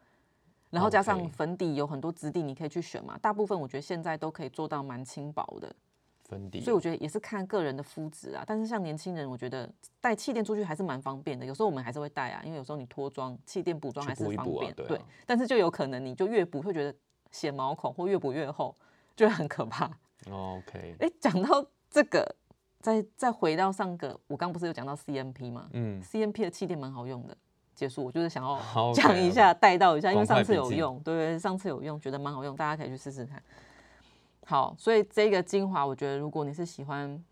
Speaker 2: 然后加上
Speaker 1: OK
Speaker 2: 粉底有很多质地你可以去选嘛，大部分我觉得现在都可以做到蛮轻薄的，
Speaker 1: 粉底，
Speaker 2: 所以我觉得也是看个人的肤质啊。但是像年轻人，我觉得带气垫出去还是蛮方便的，有时候我们还是会带啊，因为有时候你脱妆，气垫补妆
Speaker 1: 去
Speaker 2: 还是
Speaker 1: 补一
Speaker 2: 方
Speaker 1: 补啊
Speaker 2: 便。
Speaker 1: 对啊
Speaker 2: 但是就有可能你就越补会觉得显毛孔，或越补越厚，就会很可怕。
Speaker 1: OK，
Speaker 2: 哎，讲到这个，再再回到上个，我刚不是有讲到 CMP 吗？
Speaker 1: 嗯，
Speaker 2: CMP 的气垫蛮好用的。结束，我就是 想
Speaker 1: 好
Speaker 2: 要
Speaker 1: ，OK，
Speaker 2: 讲一下，带到一下，因为
Speaker 1: 赶快
Speaker 2: 上次
Speaker 1: 笔
Speaker 2: 有
Speaker 1: 记
Speaker 2: 用，对对，上次有用，觉得蛮好用，大家可以去试试看。好，所以这个精华，我觉得如果你是喜欢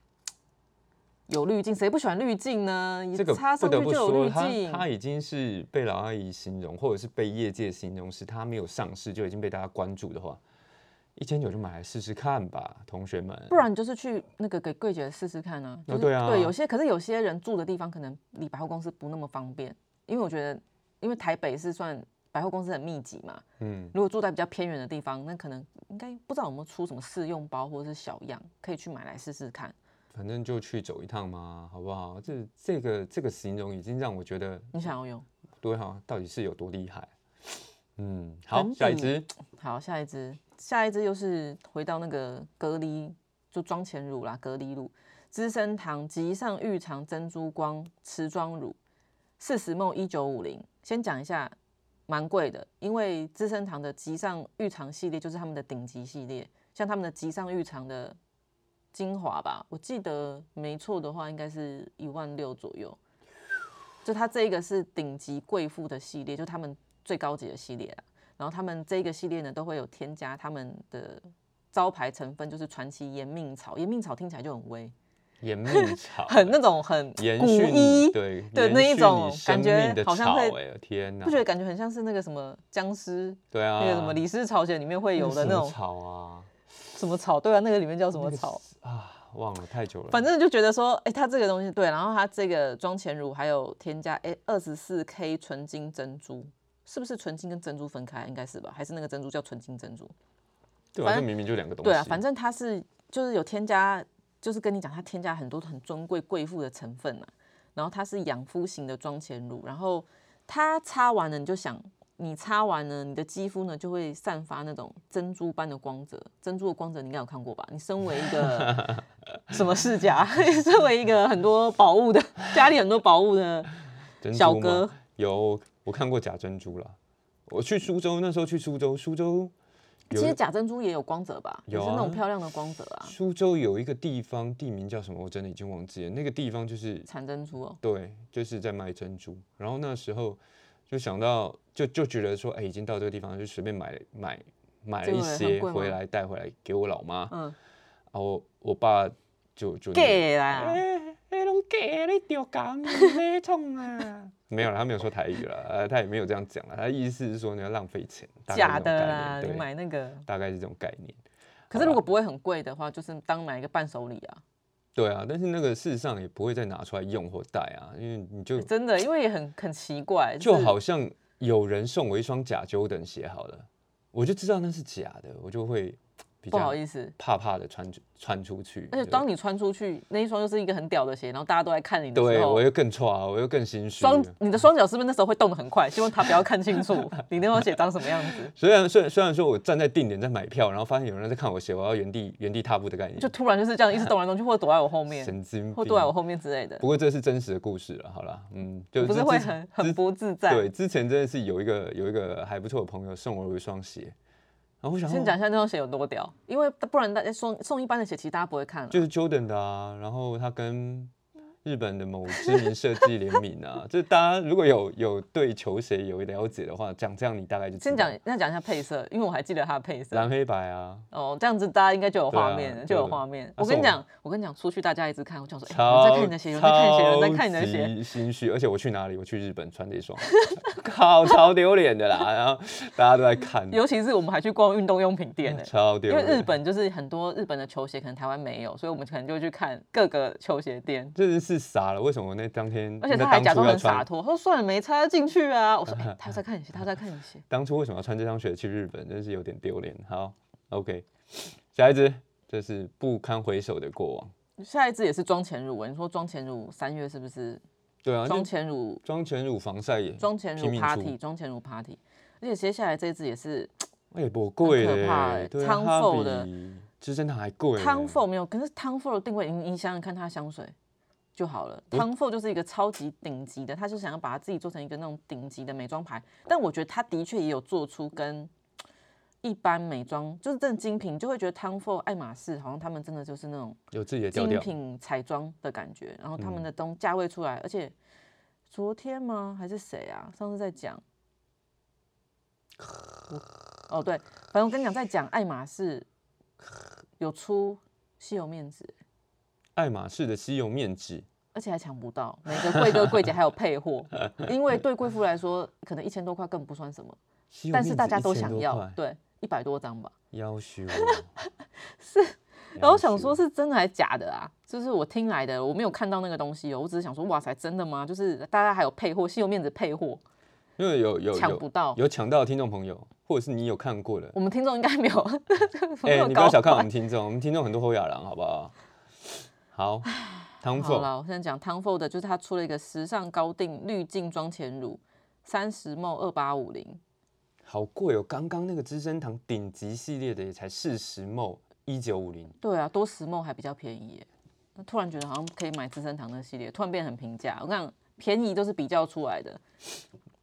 Speaker 2: 有滤镜，谁不喜欢滤镜呢？你
Speaker 1: 这个
Speaker 2: 擦
Speaker 1: 不
Speaker 2: 上去
Speaker 1: 得不
Speaker 2: 就有
Speaker 1: 说，
Speaker 2: 滤
Speaker 1: 它
Speaker 2: 镜，
Speaker 1: 它已经是被老阿姨形容，或者是被业界形容是它没有上市就已经被大家关注的话，一千九就买来试试看吧，同学们。
Speaker 2: 不然你就是去那个给柜姐试试看啊。
Speaker 1: 哦
Speaker 2: 就是
Speaker 1: 对啊
Speaker 2: 有些可是有些人住的地方可能离百货公司不那么方便，因为我觉得，因为台北是算百货公司很密集嘛，
Speaker 1: 嗯，
Speaker 2: 如果住在比较偏远的地方，那可能应该不知道有没有出什么试用包或者是小样，可以去买来试试看。
Speaker 1: 反正就去走一趟嘛，好不好？这这个这个形容已经让我觉得，
Speaker 2: 你想要用？
Speaker 1: 对哈、到底是有多厉害？嗯，好，
Speaker 2: 粉
Speaker 1: 下一
Speaker 2: 底
Speaker 1: 支
Speaker 2: 好，下一支，下一支又是回到那个隔离就妆前乳啦、隔离乳、资生堂极上玉长珍珠光持妆乳，四十梦一九五零。先讲一下，蛮贵的，因为资生堂的极上玉长系列就是他们的顶级系列，像他们的极上玉长的精华吧，我记得没错的话，应该是一万六左右。就它这一个是顶级贵妇的系列，就他们最高级的系列啦。然后他们这个系列呢，都会有添加他们的招牌成分，就是传奇延命草。延命草听起来就很威，
Speaker 1: 延命草
Speaker 2: 很那种很
Speaker 1: 延
Speaker 2: 古
Speaker 1: 续你
Speaker 2: 医，
Speaker 1: 对
Speaker 2: 对
Speaker 1: 延
Speaker 2: 那一
Speaker 1: 续你
Speaker 2: 种
Speaker 1: 生
Speaker 2: 感觉
Speaker 1: 命的
Speaker 2: 好像
Speaker 1: 草
Speaker 2: 会
Speaker 1: 欸天哪
Speaker 2: 不觉，得感觉很像是那个什么僵尸、
Speaker 1: 对啊，
Speaker 2: 那个什么《李氏朝鲜》里面会有的
Speaker 1: 什
Speaker 2: 那
Speaker 1: 么
Speaker 2: 种
Speaker 1: 草啊
Speaker 2: 什么草？对啊，那个里面叫什么
Speaker 1: 那个
Speaker 2: 草？
Speaker 1: 是啊，忘了太久了，
Speaker 2: 反正就觉得说，哎、它这个东西对，然后它这个妆前乳还有添加哎二十四 K 纯金珍珠，是不是纯金跟珍珠分开？应该是吧？还是那个珍珠叫纯金珍珠？
Speaker 1: 对啊，
Speaker 2: 反
Speaker 1: 这
Speaker 2: 正
Speaker 1: 明明就两个东西，
Speaker 2: 对啊，反正它是就是有添加，就是跟你讲，它添加很多很尊贵贵妇的成分嘛。然后它是养肤型的妆前乳，然后它擦完了你就想，你擦完了，你的肌肤呢就会散发那种珍珠般的光泽。珍珠的光泽你应该有看过吧？你身为一 个什么世家， 身为一个很多宝物的家里很多宝物的
Speaker 1: 珍
Speaker 2: 小
Speaker 1: 珠吗
Speaker 2: 哥
Speaker 1: 有我看过假珍珠啦，我去苏州那时候去苏州，苏州
Speaker 2: 其
Speaker 1: 有
Speaker 2: 实假珍珠也有光泽吧，也
Speaker 1: 有
Speaker 2: 是那种
Speaker 1: 啊
Speaker 2: 漂亮的光泽啊，
Speaker 1: 苏州有一个地方地名叫什么，我真的已经忘记了，那个地方就是
Speaker 2: 产珍珠哦。
Speaker 1: 对，就是在卖珍珠。然后那时候就想到，就就觉得说，哎、已经到这个地方，就随便买买买了一
Speaker 2: 结果很
Speaker 1: 些
Speaker 2: 贵
Speaker 1: 回
Speaker 2: 吗
Speaker 1: 来带回来给我老妈。
Speaker 2: 嗯
Speaker 1: 啊，我我爸就就那个
Speaker 2: ，gay 啦，
Speaker 1: 哎，拢假的，你丢讲，你咩创啊？ 没有啦，他没有说台语啦，呃，他也没有这样讲啦，他意思是说你要浪费钱，大概
Speaker 2: 假
Speaker 1: 是这种
Speaker 2: 的
Speaker 1: 概
Speaker 2: 啦，
Speaker 1: 念
Speaker 2: 你
Speaker 1: 对
Speaker 2: 买那个。
Speaker 1: 大概是这种概念。
Speaker 2: 可是如果不会很贵的话，就是当买一个伴手礼啊，
Speaker 1: 对啊，但是那个事实上也不会再拿出来用或戴啊，因为你就
Speaker 2: 真的，因为也很很奇怪，
Speaker 1: 就是好像有人送我一双假 Jordan 鞋好了，我就知道那是假的，我就会比
Speaker 2: 不好
Speaker 1: 较
Speaker 2: 意思。
Speaker 1: 怕怕的穿出穿出去。
Speaker 2: 而且
Speaker 1: 对
Speaker 2: 当你穿出去那一双又是一个很屌的鞋，然后大家都在看你的时
Speaker 1: 对
Speaker 2: 候
Speaker 1: 我，又更差，我又更心虚了。
Speaker 2: 双你的双脚是不是那时候会动得很快？希望他不要看清 楚你那双鞋长什么样子，
Speaker 1: 虽然虽然虽然说我站在定点在买票，然后发现有人在看我鞋，我要原地原地踏步的概念，
Speaker 2: 就突然就是这样一直动来动去，或者躲在我后面，
Speaker 1: 神经
Speaker 2: 或啊
Speaker 1: 病。
Speaker 2: 躲在我后面之类的
Speaker 1: 不，过这是真实的故事了，好啦，嗯，就
Speaker 2: 不是
Speaker 1: 之
Speaker 2: 会
Speaker 1: 之
Speaker 2: 很
Speaker 1: 之
Speaker 2: 很不自在。
Speaker 1: 对，之前真的是有一个有一个还不错的朋友送我一双鞋，然后我想
Speaker 2: 先
Speaker 1: 说
Speaker 2: 讲一下那双鞋有多屌，因为不然大家送送一般的鞋，其实大家不会看了。
Speaker 1: 就是 Jordan 的啊，然后他跟日本的某知名设计联名啊， 就是大家如果有有对球鞋有了解的话，讲这样你大概就知
Speaker 2: 先
Speaker 1: 道
Speaker 2: 讲那讲一下配色，因为我还记得它的配色。
Speaker 1: 蓝黑白啊，
Speaker 2: 哦，这样子大家应该就有画面
Speaker 1: 对
Speaker 2: 了，
Speaker 1: 啊
Speaker 2: 就有
Speaker 1: 对的
Speaker 2: 画面。
Speaker 1: 那
Speaker 2: 我跟
Speaker 1: 是
Speaker 2: 你
Speaker 1: 我
Speaker 2: 讲，我跟你讲，出去大家一直看，我讲说，哎、有
Speaker 1: 超
Speaker 2: 人在看你的鞋，有人在看你的鞋，有人在看你的
Speaker 1: 超
Speaker 2: 鞋。
Speaker 1: 级心虚，而且我去哪里？我去日本穿这双， 靠，超丢脸的啦！然后大家都在看，
Speaker 2: 尤其是我们还去逛运动用品店呢、
Speaker 1: 嗯超丢
Speaker 2: 因为
Speaker 1: 脸。
Speaker 2: 日本就是很多日本的球鞋，可能台湾没有，所以我们可能就会去看各个球鞋店。
Speaker 1: 真的是傻了，为什么我那当天，
Speaker 2: 而且
Speaker 1: 那
Speaker 2: 他还假
Speaker 1: 当初
Speaker 2: 装
Speaker 1: 要
Speaker 2: 很洒
Speaker 1: 穿，
Speaker 2: 脱，他说算了，没差进去 啊。我说，哎、他在看你鞋，他在看你鞋。
Speaker 1: 当初为什么要穿这双鞋去日本，真是有点丢脸。好，OK，下一只，这是不堪回首的过往。
Speaker 2: 下一支也是妆前乳，你说妆前乳三月是不是？
Speaker 1: 对啊，就
Speaker 2: 妆前乳
Speaker 1: 妆前乳防晒也
Speaker 2: 妆前
Speaker 1: 拼
Speaker 2: 乳
Speaker 1: 命
Speaker 2: party，妆前乳 party，而且接下来这一支也是
Speaker 1: 出哎，不贵
Speaker 2: 很可怕哎
Speaker 1: 嘞，对啊
Speaker 2: 汤
Speaker 1: 它
Speaker 2: 凤的
Speaker 1: 比资生堂还贵嘞。
Speaker 2: 汤 f 没有，可是汤 f 的定位，你你想想看，它香水就好了。
Speaker 1: 嗯
Speaker 2: 汤 f 就是一个超级顶级的，他就想要把它自己做成一个那种顶级的美妆牌。但我觉得他的确也有做出跟一般美妆就是正精品，就会觉得汤 f 爱马仕好像他们真的就是那种
Speaker 1: 有自己的调
Speaker 2: 精
Speaker 1: 调，
Speaker 2: 品彩妆的感觉。然后
Speaker 1: 嗯
Speaker 2: 他们的东价位出来，而且昨天吗还是谁啊？上次在讲。我哦对，反正我跟你讲，在讲爱马仕有出稀有面子，
Speaker 1: 爱马仕的吸油面纸。
Speaker 2: 而且还抢不到，每个贵哥贵姐还有配货，因为对贵妇来说，可能一千多块更不算什 么，
Speaker 1: 吸油
Speaker 2: 但是
Speaker 1: 面
Speaker 2: 大
Speaker 1: 纸
Speaker 2: 家都
Speaker 1: 1000
Speaker 2: 想
Speaker 1: 多
Speaker 2: 要
Speaker 1: 块，
Speaker 2: 对，一百多张吧。
Speaker 1: 要求哦
Speaker 2: 是，然后
Speaker 1: 要
Speaker 2: 想
Speaker 1: 求
Speaker 2: 说是真的还假的啊？就是我听来的，我没有看到那个东西哦，我只是想说，哇塞，真的吗？就是大家还有配货，稀有面子配货
Speaker 1: 因为有有
Speaker 2: 抢不
Speaker 1: 有
Speaker 2: 到，
Speaker 1: 有抢到的听众朋友，或者是你有看过的，
Speaker 2: 我们听众应该没有， 没
Speaker 1: 哎、
Speaker 2: 有
Speaker 1: 你不要
Speaker 2: 搞
Speaker 1: 小看我
Speaker 2: 坏
Speaker 1: 们听众，我们听众很多侯亚郎，好不好？好，汤
Speaker 2: 好
Speaker 1: 凤
Speaker 2: 了，我现在讲 Tom Ford，的就是它出了一个时尚高定滤镜妆前乳，三十 ml 二八五零，
Speaker 1: 好贵哦，刚刚那个资生堂顶级系列的也才四十毛，一九五零，
Speaker 2: 对啊，多时梦还比较便宜耶。那突然觉得好像可以买资生堂的系列，突然变得很平价。我跟你讲，便宜都是比较出来的，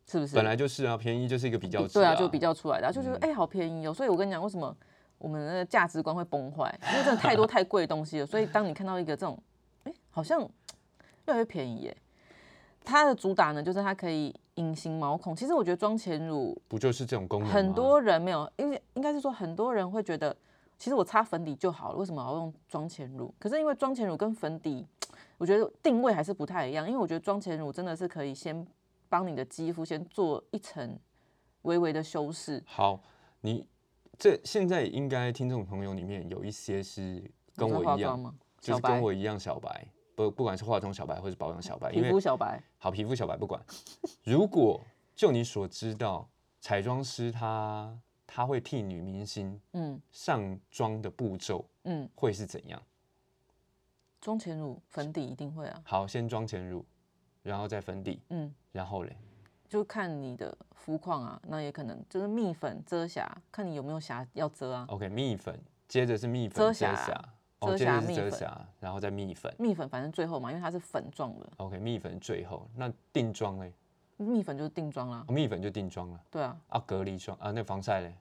Speaker 2: 是不是？
Speaker 1: 本来就是啊，便宜就是一个比较值、
Speaker 2: 对啊，就比较出来的啊、就觉得哎、好便宜哦。所以我跟你讲，为什么我们的价值观会崩坏？因为真的太多太贵的东西了。所以当你看到一个这种，哎、好像越来越便宜耶。它的主打呢，就是它可以隐形毛孔。其实我觉得妆前乳
Speaker 1: 不就是这种功能吗
Speaker 2: 很多人没有，因为应该是说很多人会觉得，其实我擦粉底就好了，为什么我要用妆前乳？可是因为妆前乳跟粉底，我觉得定位还是不太一样，因为我觉得妆前乳真的是可以先帮你的肌肤先做一层微微的修饰，
Speaker 1: 好，你这现在应该听众朋友里面有一些是跟
Speaker 2: 你说
Speaker 1: 我
Speaker 2: 化
Speaker 1: 一
Speaker 2: 妆
Speaker 1: 样，
Speaker 2: 吗？
Speaker 1: 就
Speaker 2: 小
Speaker 1: 是跟
Speaker 2: 白，
Speaker 1: 我一样小白，不不管是化妆小白或是保养小白，因
Speaker 2: 皮
Speaker 1: 为
Speaker 2: 肤小白，
Speaker 1: 好皮肤小白不管。如果就你所知道，彩妆师他他会替女明星
Speaker 2: 嗯
Speaker 1: 上妆的步骤
Speaker 2: 嗯，
Speaker 1: 会是怎样？
Speaker 2: 妆前乳、粉底一定会啊，
Speaker 1: 好，先妆前乳，然后再粉底，
Speaker 2: 嗯，
Speaker 1: 然后嘞，
Speaker 2: 就看你的肤况啊，那也可能就是蜜粉、遮瑕，看你有没有瑕要遮啊。
Speaker 1: OK，蜜粉，接着是蜜粉
Speaker 2: 遮
Speaker 1: 遮
Speaker 2: 瑕
Speaker 1: 瑕，哦，
Speaker 2: 遮
Speaker 1: 接
Speaker 2: 瑕
Speaker 1: 着是
Speaker 2: 蜜
Speaker 1: 遮
Speaker 2: 粉
Speaker 1: 瑕，然后再蜜粉。
Speaker 2: 蜜粉反正最后嘛，因为它是粉状的，
Speaker 1: OK，蜜粉最后，那定妆嘞，
Speaker 2: 蜜粉就是定妆啦
Speaker 1: 哦。蜜粉就定妆了
Speaker 2: 对啊，
Speaker 1: 啊，隔离霜啊，那防晒嘞，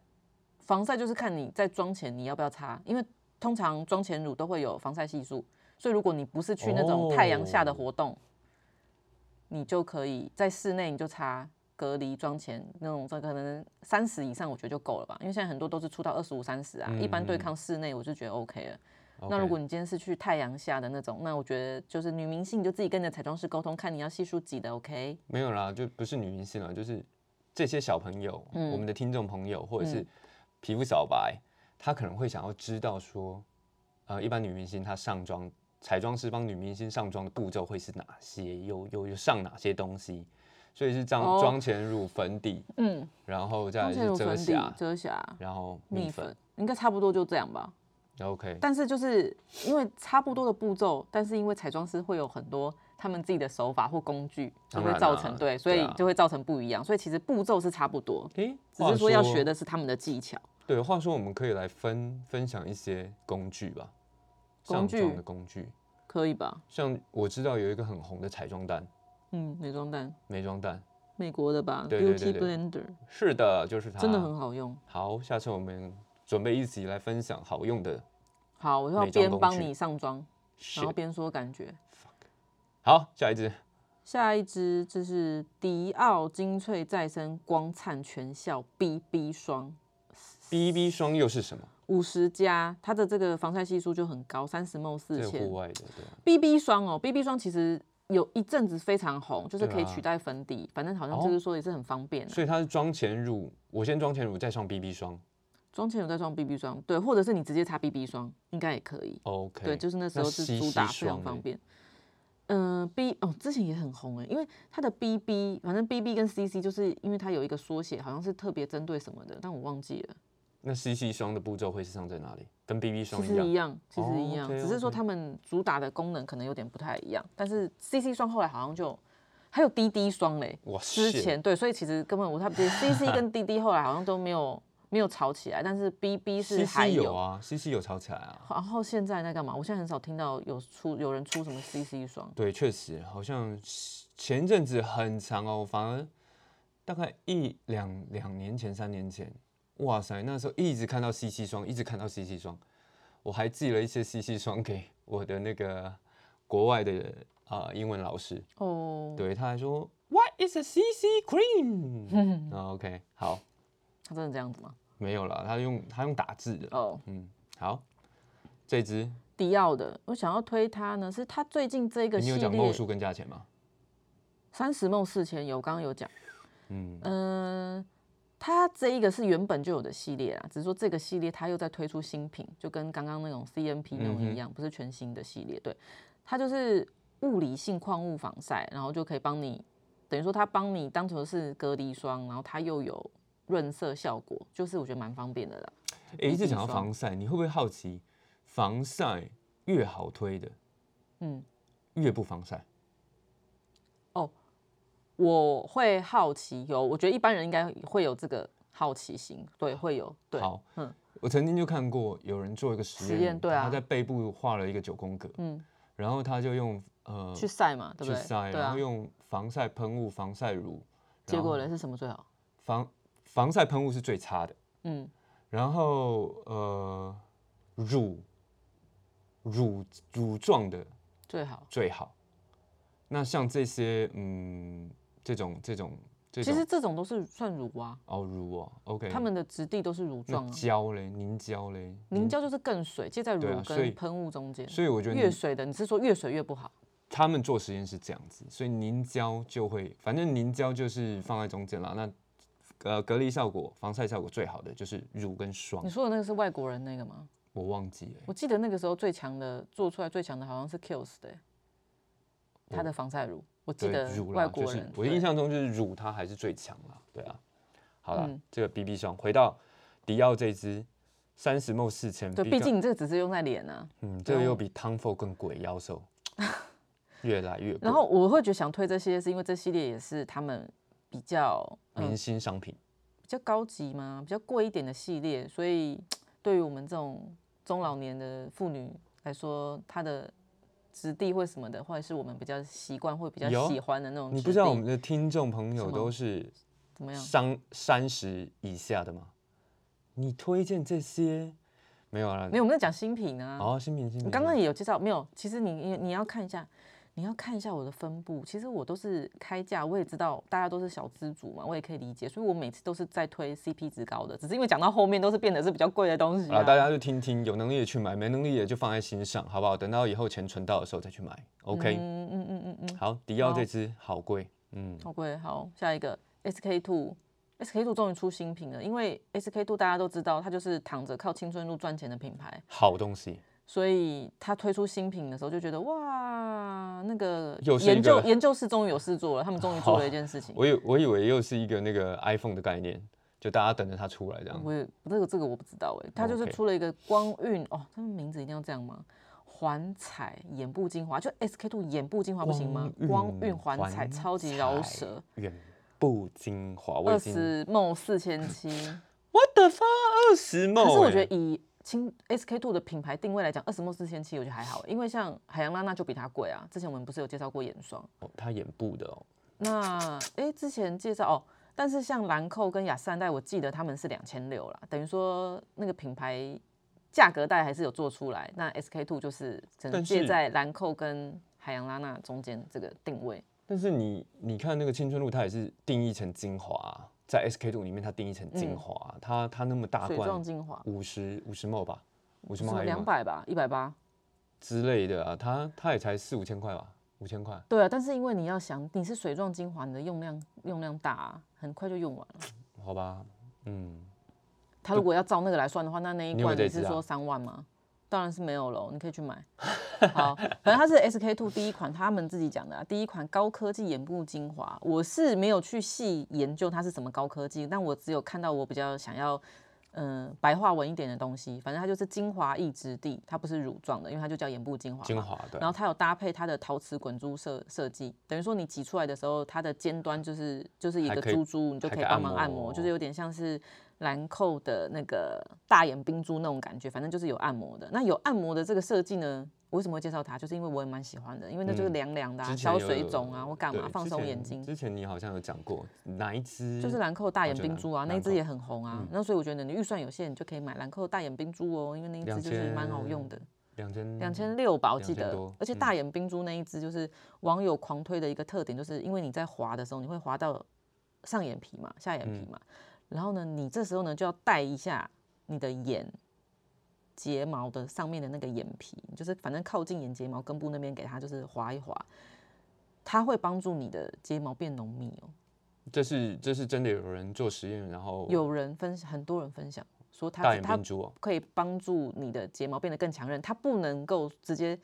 Speaker 2: 防晒就是看你在妆前你要不要擦，因为通常妆前乳都会有防晒系数，所以如果你不是去那种太阳下
Speaker 1: 哦
Speaker 2: 的活动，你就可以在室内你就擦隔离妆前那种，这可能三十以上我觉得就够了吧，因为现在很多都是出到二十五、三十啊，一般对抗室内我就觉得 OK 了。那
Speaker 1: 嗯 OK
Speaker 2: 如果你今天是去太阳下的那种，那我觉得就是女明星你就自己跟你的彩妆师沟通，看你要系数几的 OK。
Speaker 1: 没有啦，就不是女明星了，就是这些小朋友，
Speaker 2: 嗯
Speaker 1: 我们的听众朋友或者是皮肤小白，他可能会想要知道说，呃，一般女明星她上妆，彩妆师帮女明星上妆的步骤会是哪些，有有有上哪些东西，所以是妆
Speaker 2: 哦
Speaker 1: 妆前乳、粉底，
Speaker 2: 嗯，
Speaker 1: 然后再
Speaker 2: 妆
Speaker 1: 来
Speaker 2: 前乳、
Speaker 1: 啊是遮
Speaker 2: 粉底
Speaker 1: 瑕、，
Speaker 2: 遮瑕、
Speaker 1: 然后
Speaker 2: 蜜
Speaker 1: 蜜
Speaker 2: 粉
Speaker 1: 粉。，
Speaker 2: 应该差不多就这样吧。
Speaker 1: OK，
Speaker 2: 但是就是因为差不多的步骤，但是因为彩妆师会有很多他们自己的手法或工具，就
Speaker 1: 当
Speaker 2: 会
Speaker 1: 然
Speaker 2: 造
Speaker 1: 啦
Speaker 2: 成对，
Speaker 1: 对
Speaker 2: 所以
Speaker 1: 啊
Speaker 2: 就会造成不一样。所以其实步骤是差不多，
Speaker 1: 诶，
Speaker 2: 只
Speaker 1: 话
Speaker 2: 是说要学的是他们的技巧。
Speaker 1: 对，话说我们可以来分分享一些工具吧，
Speaker 2: 工
Speaker 1: 上
Speaker 2: 具
Speaker 1: 妆的工具，
Speaker 2: 可以吧？
Speaker 1: 像我知道有一个很红的彩妆蛋，
Speaker 2: 嗯，美妆蛋，
Speaker 1: 美妆蛋，
Speaker 2: 美国的吧
Speaker 1: 对对对
Speaker 2: ，Beauty
Speaker 1: 对
Speaker 2: Blender
Speaker 1: 是的，就是它，
Speaker 2: 真的很好用。
Speaker 1: 好。下次我们准备一起来分享好用的
Speaker 2: 好，我要
Speaker 1: 美妆
Speaker 2: 边
Speaker 1: 工
Speaker 2: 帮
Speaker 1: 具
Speaker 2: 你上妆，然后
Speaker 1: shit。
Speaker 2: 边说感觉。
Speaker 1: 好，下一支
Speaker 2: 下一支就是迪奥精粹再生光灿全效 BB 霜。
Speaker 1: BB 霜又是什么？
Speaker 2: 五十加，它的这个防晒系数就很高，三十 ml 四
Speaker 1: 这
Speaker 2: 千
Speaker 1: 户。外的，对啊
Speaker 2: BB 霜哦，BB 霜其实有一阵子非常红，就是
Speaker 1: 对
Speaker 2: 可以
Speaker 1: 啊
Speaker 2: 取代粉底，反正好像
Speaker 1: 哦
Speaker 2: 就是说也是很方便、啊。
Speaker 1: 所以它是妆前乳，我先妆前乳，再上 BB 霜。
Speaker 2: 妆前有在装 BB 霜，对，或者是你直接擦 BB 霜应该也可以。
Speaker 1: OK，
Speaker 2: 对，就是那时候是
Speaker 1: 吸
Speaker 2: 主
Speaker 1: 吸
Speaker 2: 打非
Speaker 1: 霜
Speaker 2: 常方
Speaker 1: 呢
Speaker 2: 便。嗯、b 哦，之前也很红哎，因为它的 BB，反正 BB 跟 CC 就是因为它有一个缩写，好像是特别针对什么的，但我忘记了。
Speaker 1: 那 CC 霜的步骤会是上在哪里？跟 BB
Speaker 2: 其
Speaker 1: 霜一
Speaker 2: 实一
Speaker 1: 样？哦
Speaker 2: 样，其实一样，
Speaker 1: OK，
Speaker 2: 只是说
Speaker 1: OK
Speaker 2: 他们主打的功能可能有点不太一样。但是 CC 霜后来好像就还有滴滴霜嘞，
Speaker 1: 哇
Speaker 2: 之
Speaker 1: ，shit
Speaker 2: 前对，所以其实根本我差不 多 CC 跟滴滴后来好像都没有没有吵起来，但是 BB 是
Speaker 1: CC
Speaker 2: 还
Speaker 1: 有啊，CC 有炒起来啊。
Speaker 2: 然后现在在干嘛？我现在很少听到有出有人出什么 CC 霜，
Speaker 1: 对，确实好像前阵子很长哦，反而大概一两两年前、三年前，哇塞，那时候一直看到 CC 霜，一直看到 CC 霜，我还寄了一些 CC 霜给 我的那个国外的啊、呃英文老师，
Speaker 2: 哦，
Speaker 1: 对他还说 What is a CC cream？啊 OK，好，
Speaker 2: 他真的这样子吗？
Speaker 1: 没有了，他用他用打字的，
Speaker 2: 哦，
Speaker 1: 嗯，好，这支
Speaker 2: 迪奥的，我想要推它呢，是它最近这个
Speaker 1: 哎你
Speaker 2: 系
Speaker 1: 有讲墨
Speaker 2: 列
Speaker 1: 数跟价钱吗？
Speaker 2: 三十梦四千有，刚刚有讲。
Speaker 1: 嗯，
Speaker 2: 嗯，它这一个是原本就有的系列啦，只是说这个系列它又在推出新品，就跟刚刚那种
Speaker 1: 嗯
Speaker 2: CNP 那种一样，不是全新的系列。对，它就是物理性矿物防晒，然后就可以帮你，等于说它帮你当成是隔离霜，然后它又有润色效果，就是我觉得蛮方便的啦。
Speaker 1: 哎、一直
Speaker 2: BB
Speaker 1: 讲到
Speaker 2: 霜
Speaker 1: 防晒，你会不会好奇，防晒越好推的，
Speaker 2: 嗯，
Speaker 1: 越不防晒？
Speaker 2: 我会好奇有，我觉得一般人应该会有这个好奇心，对，会有，对，
Speaker 1: 好，
Speaker 2: 嗯
Speaker 1: 我曾经就看过有人做一个实验，
Speaker 2: 实验对啊
Speaker 1: 他在背部画了一个九宫格，
Speaker 2: 嗯，
Speaker 1: 然后他就用呃
Speaker 2: 去晒嘛，对
Speaker 1: 去
Speaker 2: 不对？
Speaker 1: 晒，
Speaker 2: 对
Speaker 1: 然
Speaker 2: 啊
Speaker 1: 后。用防晒喷雾、防晒乳，
Speaker 2: 结
Speaker 1: 然
Speaker 2: 果
Speaker 1: 后
Speaker 2: 呢是什么最好？
Speaker 1: 防防晒喷雾是最差的，
Speaker 2: 嗯，
Speaker 1: 然后呃乳乳乳状的
Speaker 2: 最好。
Speaker 1: 最好。那像这些嗯这种这种这
Speaker 2: 其
Speaker 1: 种
Speaker 2: 实这种都是算乳啊，
Speaker 1: 哦乳哦，OK，
Speaker 2: 它们的质地都是乳状
Speaker 1: 那
Speaker 2: 啊。
Speaker 1: 胶嘞凝胶嘞
Speaker 2: 凝胶就是更水，介在乳
Speaker 1: 对啊所以
Speaker 2: 跟喷雾中间。
Speaker 1: 所以我觉得
Speaker 2: 越
Speaker 1: 凝
Speaker 2: 水的，你是说越水越不好？
Speaker 1: 他们做实验是这样子，所以凝胶就会，反正凝胶就是放在中间啦。那呃，隔离效果、防晒效果最好的就是乳跟霜
Speaker 2: 你，说的那个是外国人那个吗？
Speaker 1: 我忘记了、
Speaker 2: 我记得那个时候最强的做出来最强的好像是 Kills 的欸，它的防晒乳，我记
Speaker 1: 对
Speaker 2: 得
Speaker 1: 乳啦
Speaker 2: 外国
Speaker 1: 就
Speaker 2: 人
Speaker 1: 是。我的
Speaker 2: 对
Speaker 1: 印象中就是乳它还是最强啦。对啊，好啦，
Speaker 2: 嗯
Speaker 1: 这个 BB 霜回到迪奥这支三十 ml 四千，
Speaker 2: 对，
Speaker 1: 比
Speaker 2: 毕
Speaker 1: 较
Speaker 2: 竟你这个只是用在脸啊。
Speaker 1: 嗯，这个又比 Tom Ford 更贵，妖 兽越来越贵，
Speaker 2: 然后我会觉得想推这些，是因为这系列也是他们比较嗯
Speaker 1: 明星商品。
Speaker 2: 比较高级嘛，比较贵一点的系列，所以对于我们这种中老年的妇女来说，它的质地或什么的，或者是我们比较习惯或比较
Speaker 1: 有
Speaker 2: 喜欢的那种质地，
Speaker 1: 你不知道我们的听众朋友
Speaker 2: 什么
Speaker 1: 都是
Speaker 2: 怎么样？
Speaker 1: 三三十以下的吗？你推荐这些没有啊？
Speaker 2: 没有，我们在讲新品啊。
Speaker 1: 哦，新品新
Speaker 2: 你
Speaker 1: 品。
Speaker 2: 刚刚也有介绍，没有？其实你你你要看一下，你要看一下我的分布。其实我都是开价，我也知道大家都是小资主嘛，我也可以理解，所以我每次都是在推 CP 值高的，只是因为讲到后面都是变得是比较贵的东西、
Speaker 1: 啊，大家就听听，有能力的去买，没能力的就放在心上，好不好？等到以后钱存到的时候再去买。OK，、
Speaker 2: 嗯嗯嗯嗯嗯，
Speaker 1: 好，迪奥
Speaker 2: 好
Speaker 1: 这支好贵，嗯，
Speaker 2: 好贵。好，下一个 SK two。SK two 终于出新品了，因为 SK two 大家都知道，它就是躺着靠青春路赚钱的品牌，
Speaker 1: 好东西，
Speaker 2: 所以它推出新品的时候就觉得哇，那个
Speaker 1: 又是一
Speaker 2: 研究
Speaker 1: 个
Speaker 2: 研究室终于有事做了，他们终于做了一件事情。
Speaker 1: 我以我以为又是一个那个 iPhone 的概念，就大家等着它出来这样。
Speaker 2: 我也这个这个我不知道哎、他就是
Speaker 1: OK
Speaker 2: 出了一个光晕哦，他们名字一定要这样吗？环彩眼部精华，就 SK two 眼部精华不行吗？光晕环彩超级饶舌，，
Speaker 1: 远不精华，我已
Speaker 2: 二
Speaker 1: 经
Speaker 2: 十梦四千七。
Speaker 1: what the fuck 二十欸梦，
Speaker 2: 可是我觉得以清 SK two 的品牌定位来讲，二十梦四千七我觉得还好、因为像海洋拉娜就比它贵啊。之前我们不是有介绍过眼霜，
Speaker 1: 哦它眼部的哦，
Speaker 2: 那哎、诶之前介绍哦，但是像兰蔻跟雅诗兰黛，我记得他们是两千六啦，等于说那个品牌价格带还是有做出来。那 SK two 就是可能
Speaker 1: 但
Speaker 2: 介
Speaker 1: 是
Speaker 2: 在兰蔻跟海洋拉娜中间这个定位。
Speaker 1: 但是你你看那个青春露，它也是定义成精华啊、在 SK two 里面它定义成精华啊、它它那么大
Speaker 2: 嗯水状
Speaker 1: 罐，
Speaker 2: 精华
Speaker 1: 五十五十 ml 吧，五十
Speaker 2: 什
Speaker 1: ml
Speaker 2: 么
Speaker 1: 还有
Speaker 2: 两百吧，一百八。
Speaker 1: 之类的啊，它它也才四五千块吧，五千块。
Speaker 2: 对啊，但是因为你要想，你是水状精华，你的用量用量大、啊，很快就用完了。
Speaker 1: 好吧，嗯，
Speaker 2: 它如果要照那个来算的话，那那
Speaker 1: 你有
Speaker 2: 一
Speaker 1: 没有
Speaker 2: 罐
Speaker 1: 这
Speaker 2: 你
Speaker 1: 支
Speaker 2: 是
Speaker 1: 啊
Speaker 2: 说三万吗？当然是没有喽，你可以去买。好，反正它是 SK two 第一款，他们自己讲的、啊、第一款高科技眼部精华。我是没有去细研究它是什么高科技，但我只有看到我比较想要，嗯、白话文一点的东西。反正它就是精华抑质地，它不是乳状的，因为它就叫眼部精华嘛。
Speaker 1: 精华对
Speaker 2: 然，后它有搭配它的陶瓷滚珠设设计，等于说你挤出来的时候，它的尖端就是就是一
Speaker 1: 还
Speaker 2: 个
Speaker 1: 可以
Speaker 2: 珠珠，你就
Speaker 1: 还可
Speaker 2: 可以
Speaker 1: 以
Speaker 2: 帮
Speaker 1: 按
Speaker 2: 忙按摩，
Speaker 1: 摩
Speaker 2: 就是有点像是兰蔻的那个大眼冰珠那种感觉，反正就是有按摩的。那有按摩的这个设计呢，我为什么会介绍它？就是因为我也蛮喜欢的，因为那就是
Speaker 1: 嗯
Speaker 2: 凉凉的、啊，
Speaker 1: 之前
Speaker 2: 消
Speaker 1: 有
Speaker 2: 水肿啊，
Speaker 1: 对
Speaker 2: 或干嘛放
Speaker 1: 之
Speaker 2: 松
Speaker 1: 前
Speaker 2: 眼睛。
Speaker 1: 之前你好像有讲过哪一支？
Speaker 2: 就是兰蔻大眼
Speaker 1: 就
Speaker 2: 冰
Speaker 1: 兰
Speaker 2: 珠啊，那
Speaker 1: 兰
Speaker 2: 一支
Speaker 1: 蔻嗯
Speaker 2: 也很红啊。那所以我觉得你预算有限，你就可以买兰蔻大眼冰珠哦，因为那一支就是蛮好用的。
Speaker 1: 两千
Speaker 2: 嗯两千嗯六吧，我记
Speaker 1: 2000
Speaker 2: 得
Speaker 1: 多。
Speaker 2: 而且大眼冰珠那一只，就是网友狂推的一个特点，就是因为你在滑的时候，你会滑到上眼皮嘛、下眼皮嘛，然后呢，你这时候呢就要带一下你的眼睫毛的上面的那个眼皮，就是反正靠近眼睫毛根部那边给它就是滑一滑，它会帮助你的睫毛变浓密哦。
Speaker 1: 这是这是真的有人做实验，然后
Speaker 2: 有人分享，很多人分享说
Speaker 1: 大
Speaker 2: 它
Speaker 1: 眼
Speaker 2: 它
Speaker 1: 冰珠哦，
Speaker 2: 可以帮助你的睫毛变得更强韧，它不能够直接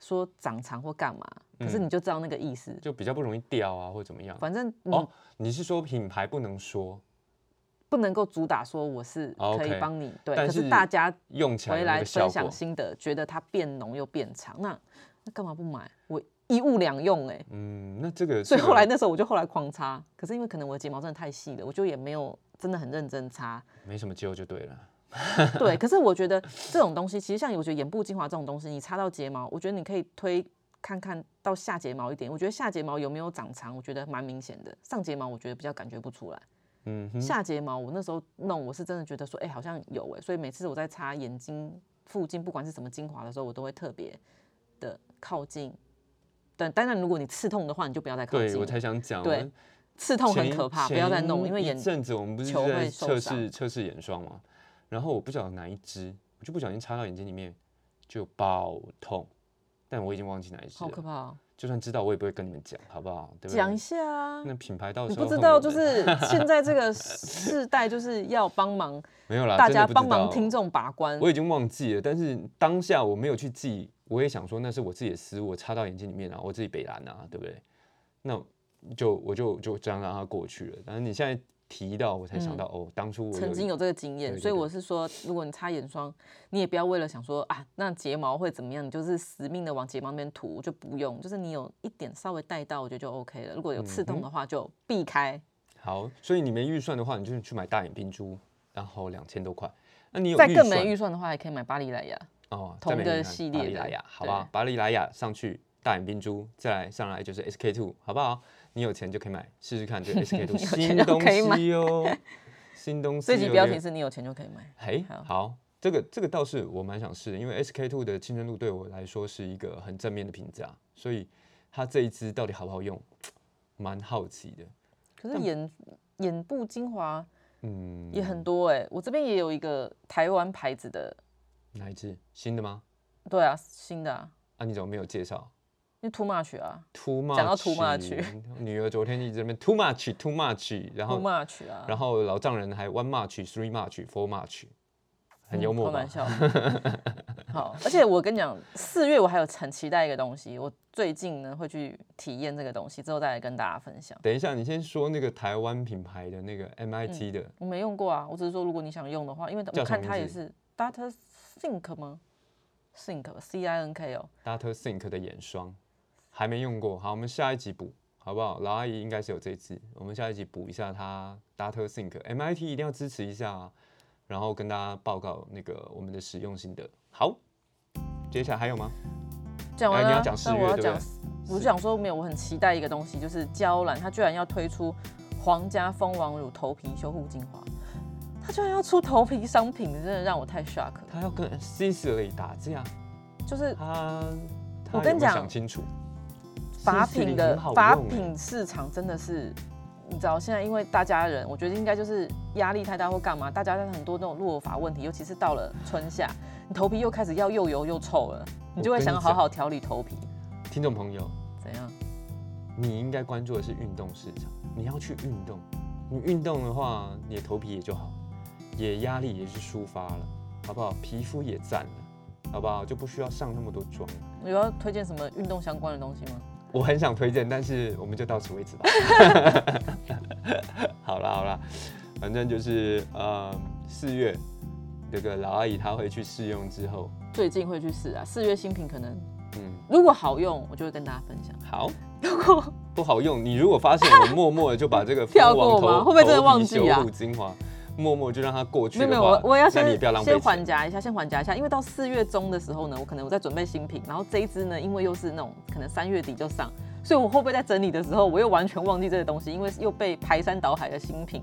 Speaker 2: 说长长或干嘛，可
Speaker 1: 嗯
Speaker 2: 是你就知道那个意思。
Speaker 1: 就比较不容易掉啊，或怎么样。
Speaker 2: 反正你
Speaker 1: 哦，你是说品牌不能说，
Speaker 2: 不能够主打说我是
Speaker 1: 哦
Speaker 2: 可以
Speaker 1: OK
Speaker 2: 帮你对，
Speaker 1: 但
Speaker 2: 可
Speaker 1: 是
Speaker 2: 是大家
Speaker 1: 用起来
Speaker 2: 回
Speaker 1: 的那
Speaker 2: 来
Speaker 1: 个效
Speaker 2: 分
Speaker 1: 果
Speaker 2: 享心得，觉得它变浓又变长，那那干嘛不买？我一物两用哎、
Speaker 1: 嗯，那这个
Speaker 2: 所以
Speaker 1: 这
Speaker 2: 后来
Speaker 1: 个
Speaker 2: 那时候我就后来狂擦，可是因为可能我的睫毛真的太细了，我就也没有真的很认真擦，
Speaker 1: 没什么救就对了。
Speaker 2: 对，可是我觉得这种东西，其实像我觉得眼部精华这种东西，你擦到睫毛，我觉得你可以推看看到下睫毛一点。我觉得下睫毛有没有长长，我觉得蛮明显的。上睫毛我觉得比较感觉不出来。
Speaker 1: 嗯哼，
Speaker 2: 下睫毛我那时候弄，我是真的觉得说，哎、好像有哎、所以每次我在擦眼睛附近，不管是什么精华的时候，我都会特别的靠近。但当然，如果你刺痛的话，你就不要再靠
Speaker 1: 对我
Speaker 2: 近。
Speaker 1: 才想讲，
Speaker 2: 对
Speaker 1: 我
Speaker 2: 刺痛很
Speaker 1: 前
Speaker 2: 可怕，不要再弄，
Speaker 1: 前
Speaker 2: 因为眼
Speaker 1: 一阵子我们不是
Speaker 2: 球
Speaker 1: 在
Speaker 2: 会受
Speaker 1: 测试
Speaker 2: 伤
Speaker 1: 测试眼霜嘛，然后我不晓得哪一支，我就不小心插到眼睛里面就爆痛，但我已经忘记哪一支
Speaker 2: 好可
Speaker 1: 了。
Speaker 2: 怕、哦。
Speaker 1: 就算知道，我也不会跟你们讲，好不好？对不对？
Speaker 2: 讲一下啊，
Speaker 1: 那品牌到
Speaker 2: 你
Speaker 1: 时候
Speaker 2: 不知
Speaker 1: 恨
Speaker 2: 道，
Speaker 1: 我
Speaker 2: 就
Speaker 1: 们
Speaker 2: 是 现在这个世代，就是要帮忙
Speaker 1: 没有啦，
Speaker 2: 大
Speaker 1: 啊真的
Speaker 2: 家
Speaker 1: 不知
Speaker 2: 帮忙
Speaker 1: 道
Speaker 2: 听众把关。
Speaker 1: 我已经忘记了，但是当下我没有去记，我也想说那是我自己的失误，我插到眼睛里面啊，我自己北蓝啊，对不对？那就我就就这样让它过去了。但是你现在提到，我才想到、哦，当初我
Speaker 2: 曾经
Speaker 1: 有
Speaker 2: 有这个经验，
Speaker 1: 对对
Speaker 2: 所以我是说，如果你擦眼霜，你也不要为了想说啊，那睫毛会怎么样，你就是死命的往睫毛那边涂，就不用，就是你有一点稍微带到，我觉得就 OK 了。如果有
Speaker 1: 嗯
Speaker 2: 刺痛的话，就避开。
Speaker 1: 好，所以你没预算的话，你就去买大眼冰珠，然后两千多块。那你有
Speaker 2: 再
Speaker 1: 预
Speaker 2: 更
Speaker 1: 算
Speaker 2: 没预算的话，也可以买巴黎莱雅。
Speaker 1: 哦，
Speaker 2: 同
Speaker 1: 再没
Speaker 2: 个
Speaker 1: 预算
Speaker 2: 系
Speaker 1: 巴
Speaker 2: 列
Speaker 1: 黎
Speaker 2: 的
Speaker 1: 莱雅，好
Speaker 2: 对
Speaker 1: 吧，巴黎莱雅上去，大眼冰珠，再来上来就是 SK two，好不好？你有钱就可以买试试看 这个 SK two
Speaker 2: 有钱
Speaker 1: 新
Speaker 2: 就
Speaker 1: 东
Speaker 2: 可以买
Speaker 1: 西哦，新东西、哦。
Speaker 2: 这集标
Speaker 1: 这个
Speaker 2: 题是你有钱就可以买，
Speaker 1: 嘿，
Speaker 2: 好
Speaker 1: 哎好，这个这个倒是我蛮想试的，因为 SK two 的青春露对我来说是一个很正面的评价，所以它这一支到底好不好用，蛮好奇的。
Speaker 2: 可是眼眼部精华
Speaker 1: 嗯，
Speaker 2: 也很多哎、我这边也有一个台湾牌子的，
Speaker 1: 哪一支新的吗？
Speaker 2: 对啊，新的啊。
Speaker 1: 啊，你怎么没有介绍
Speaker 2: 因为 too much 啊
Speaker 1: ？Too much，
Speaker 2: 讲到 too much
Speaker 1: 女儿昨天一直在那边 too much，too much，然
Speaker 2: ，too
Speaker 1: 后
Speaker 2: much 啊，
Speaker 1: 然后老丈人还 one much，three much，four much，很
Speaker 2: 嗯
Speaker 1: 幽默
Speaker 2: 好
Speaker 1: 吧
Speaker 2: 蛮？笑的。好，而且我跟你讲，四月我还有很期待一个东西，我最近呢会去体验这个东西，之后再来跟大家分享。
Speaker 1: 等一下，你先说那个台湾品牌的那个 MIT 的，
Speaker 2: 我没用过啊，我只是说如果你想用的话，因为
Speaker 1: 叫
Speaker 2: 我
Speaker 1: 什么
Speaker 2: 看它也
Speaker 1: 名字
Speaker 2: 是 Data Think 吗？Think C I N K 哦，
Speaker 1: Data Think 的眼霜，还没用过，好，我们下一集补，好不好？老阿姨应该是有这一支，我们下一集补一下它 Data Think MIT 一定要支持一下啊，然后跟大家报告那个我们的使用心得。好，接下来还有吗？
Speaker 2: 讲
Speaker 1: 哎
Speaker 2: 完了
Speaker 1: 你
Speaker 2: 啊，
Speaker 1: 要讲四
Speaker 2: 那
Speaker 1: 月
Speaker 2: 我要
Speaker 1: 对不
Speaker 2: 讲
Speaker 1: 对
Speaker 2: 四，我就想说没有，我很期待一个东西，就是娇兰，它居然要推出皇家蜂王乳头皮修护精华，它居然要出头皮商品，真的让我太 shock 了。
Speaker 1: 他要跟 Sicily 打架，
Speaker 2: 就是
Speaker 1: 他他
Speaker 2: 我跟
Speaker 1: 有没有
Speaker 2: 你讲
Speaker 1: 想清楚，
Speaker 2: 法品
Speaker 1: Sicily
Speaker 2: 的
Speaker 1: 很好
Speaker 2: 法
Speaker 1: 用欸
Speaker 2: 品市场真的是，你知道现在因为大家人，我觉得应该就是压力太大或干嘛，大家很多那种落发问题，尤其是到了春夏，你头皮又开始要又油又臭了，你就
Speaker 1: 我
Speaker 2: 会
Speaker 1: 跟
Speaker 2: 想
Speaker 1: 你
Speaker 2: 要好
Speaker 1: 讲
Speaker 2: 好调理头皮，
Speaker 1: 听众朋友，
Speaker 2: 怎样？
Speaker 1: 你应该关注的是运动市场，你要去运动，你运动的话，你的头皮也就好，也压力也是抒发了，好不好？皮肤也赞了，好不好？就不需要上那么多妆。
Speaker 2: 有要推荐什么运动相关的东西吗？
Speaker 1: 我很想推荐，但是我们就到此为止吧。 好啦好啦，反正就是呃四月这个老阿姨她回去试用之后，
Speaker 2: 最近会去试啊，四月新品可能
Speaker 1: 嗯，
Speaker 2: 如果好用，我就会跟大家分享。
Speaker 1: 好。
Speaker 2: 如果
Speaker 1: 不好用。你如果发现我默默的就把这 个
Speaker 2: 跳
Speaker 1: 蜂王
Speaker 2: 过吗
Speaker 1: 头
Speaker 2: 会不会真的
Speaker 1: 头皮
Speaker 2: 忘记啊
Speaker 1: 修护精华默默就让它过去
Speaker 2: 没
Speaker 1: 的
Speaker 2: 有
Speaker 1: 话，
Speaker 2: 没有，我我要
Speaker 1: 那你
Speaker 2: 先
Speaker 1: 不要浪费
Speaker 2: 先
Speaker 1: 钱。
Speaker 2: 缓夹一下，先缓夹一下，因为到四月中的时候呢，我可能我在准备新品，然后这一支呢，因为又是那种可能三月底就上，所以我会不会在整理的时候，我又完全忘记这个东西，因为又被排山倒海的新品。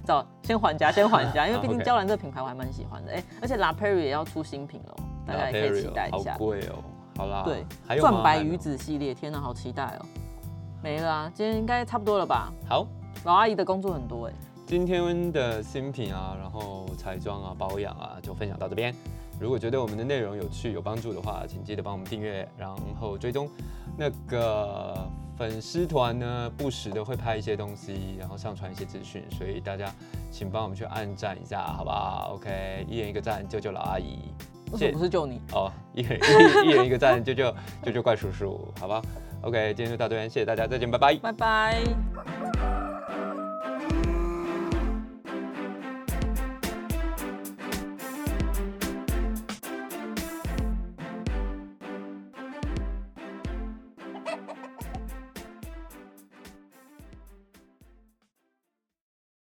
Speaker 2: 知道，先缓夹，先缓 夹，因为毕竟
Speaker 1: OK
Speaker 2: 娇兰这个品牌我还蛮喜欢的，哎、而且 La Prairie 也要出新品了，大家也可以期待一下
Speaker 1: 好。贵哦。好啦，
Speaker 2: 对
Speaker 1: 还，有哦吗
Speaker 2: 钻白
Speaker 1: 还有
Speaker 2: 鱼子系列，天哪，好期待哦！没了啊，今天应该差不多了吧？
Speaker 1: 好。
Speaker 2: 老阿姨的工作很多哎、
Speaker 1: 今天的新品啊，然后彩妆啊、保养啊，就分享到这边。如果觉得我们的内容有趣、有帮助的话，请记得帮我们订阅，然后追踪那个粉丝团呢，不时的会拍一些东西，然后上传一些资讯，所以大家请帮我们去按赞一下，好不好？OK，一人一个赞，救救老阿姨。
Speaker 2: 为什么不是就你？
Speaker 1: 哦，一人一人一个赞，救救救救怪叔叔，好吧？OK，今天就到这边，谢谢大家，再见，拜拜。
Speaker 2: 拜拜。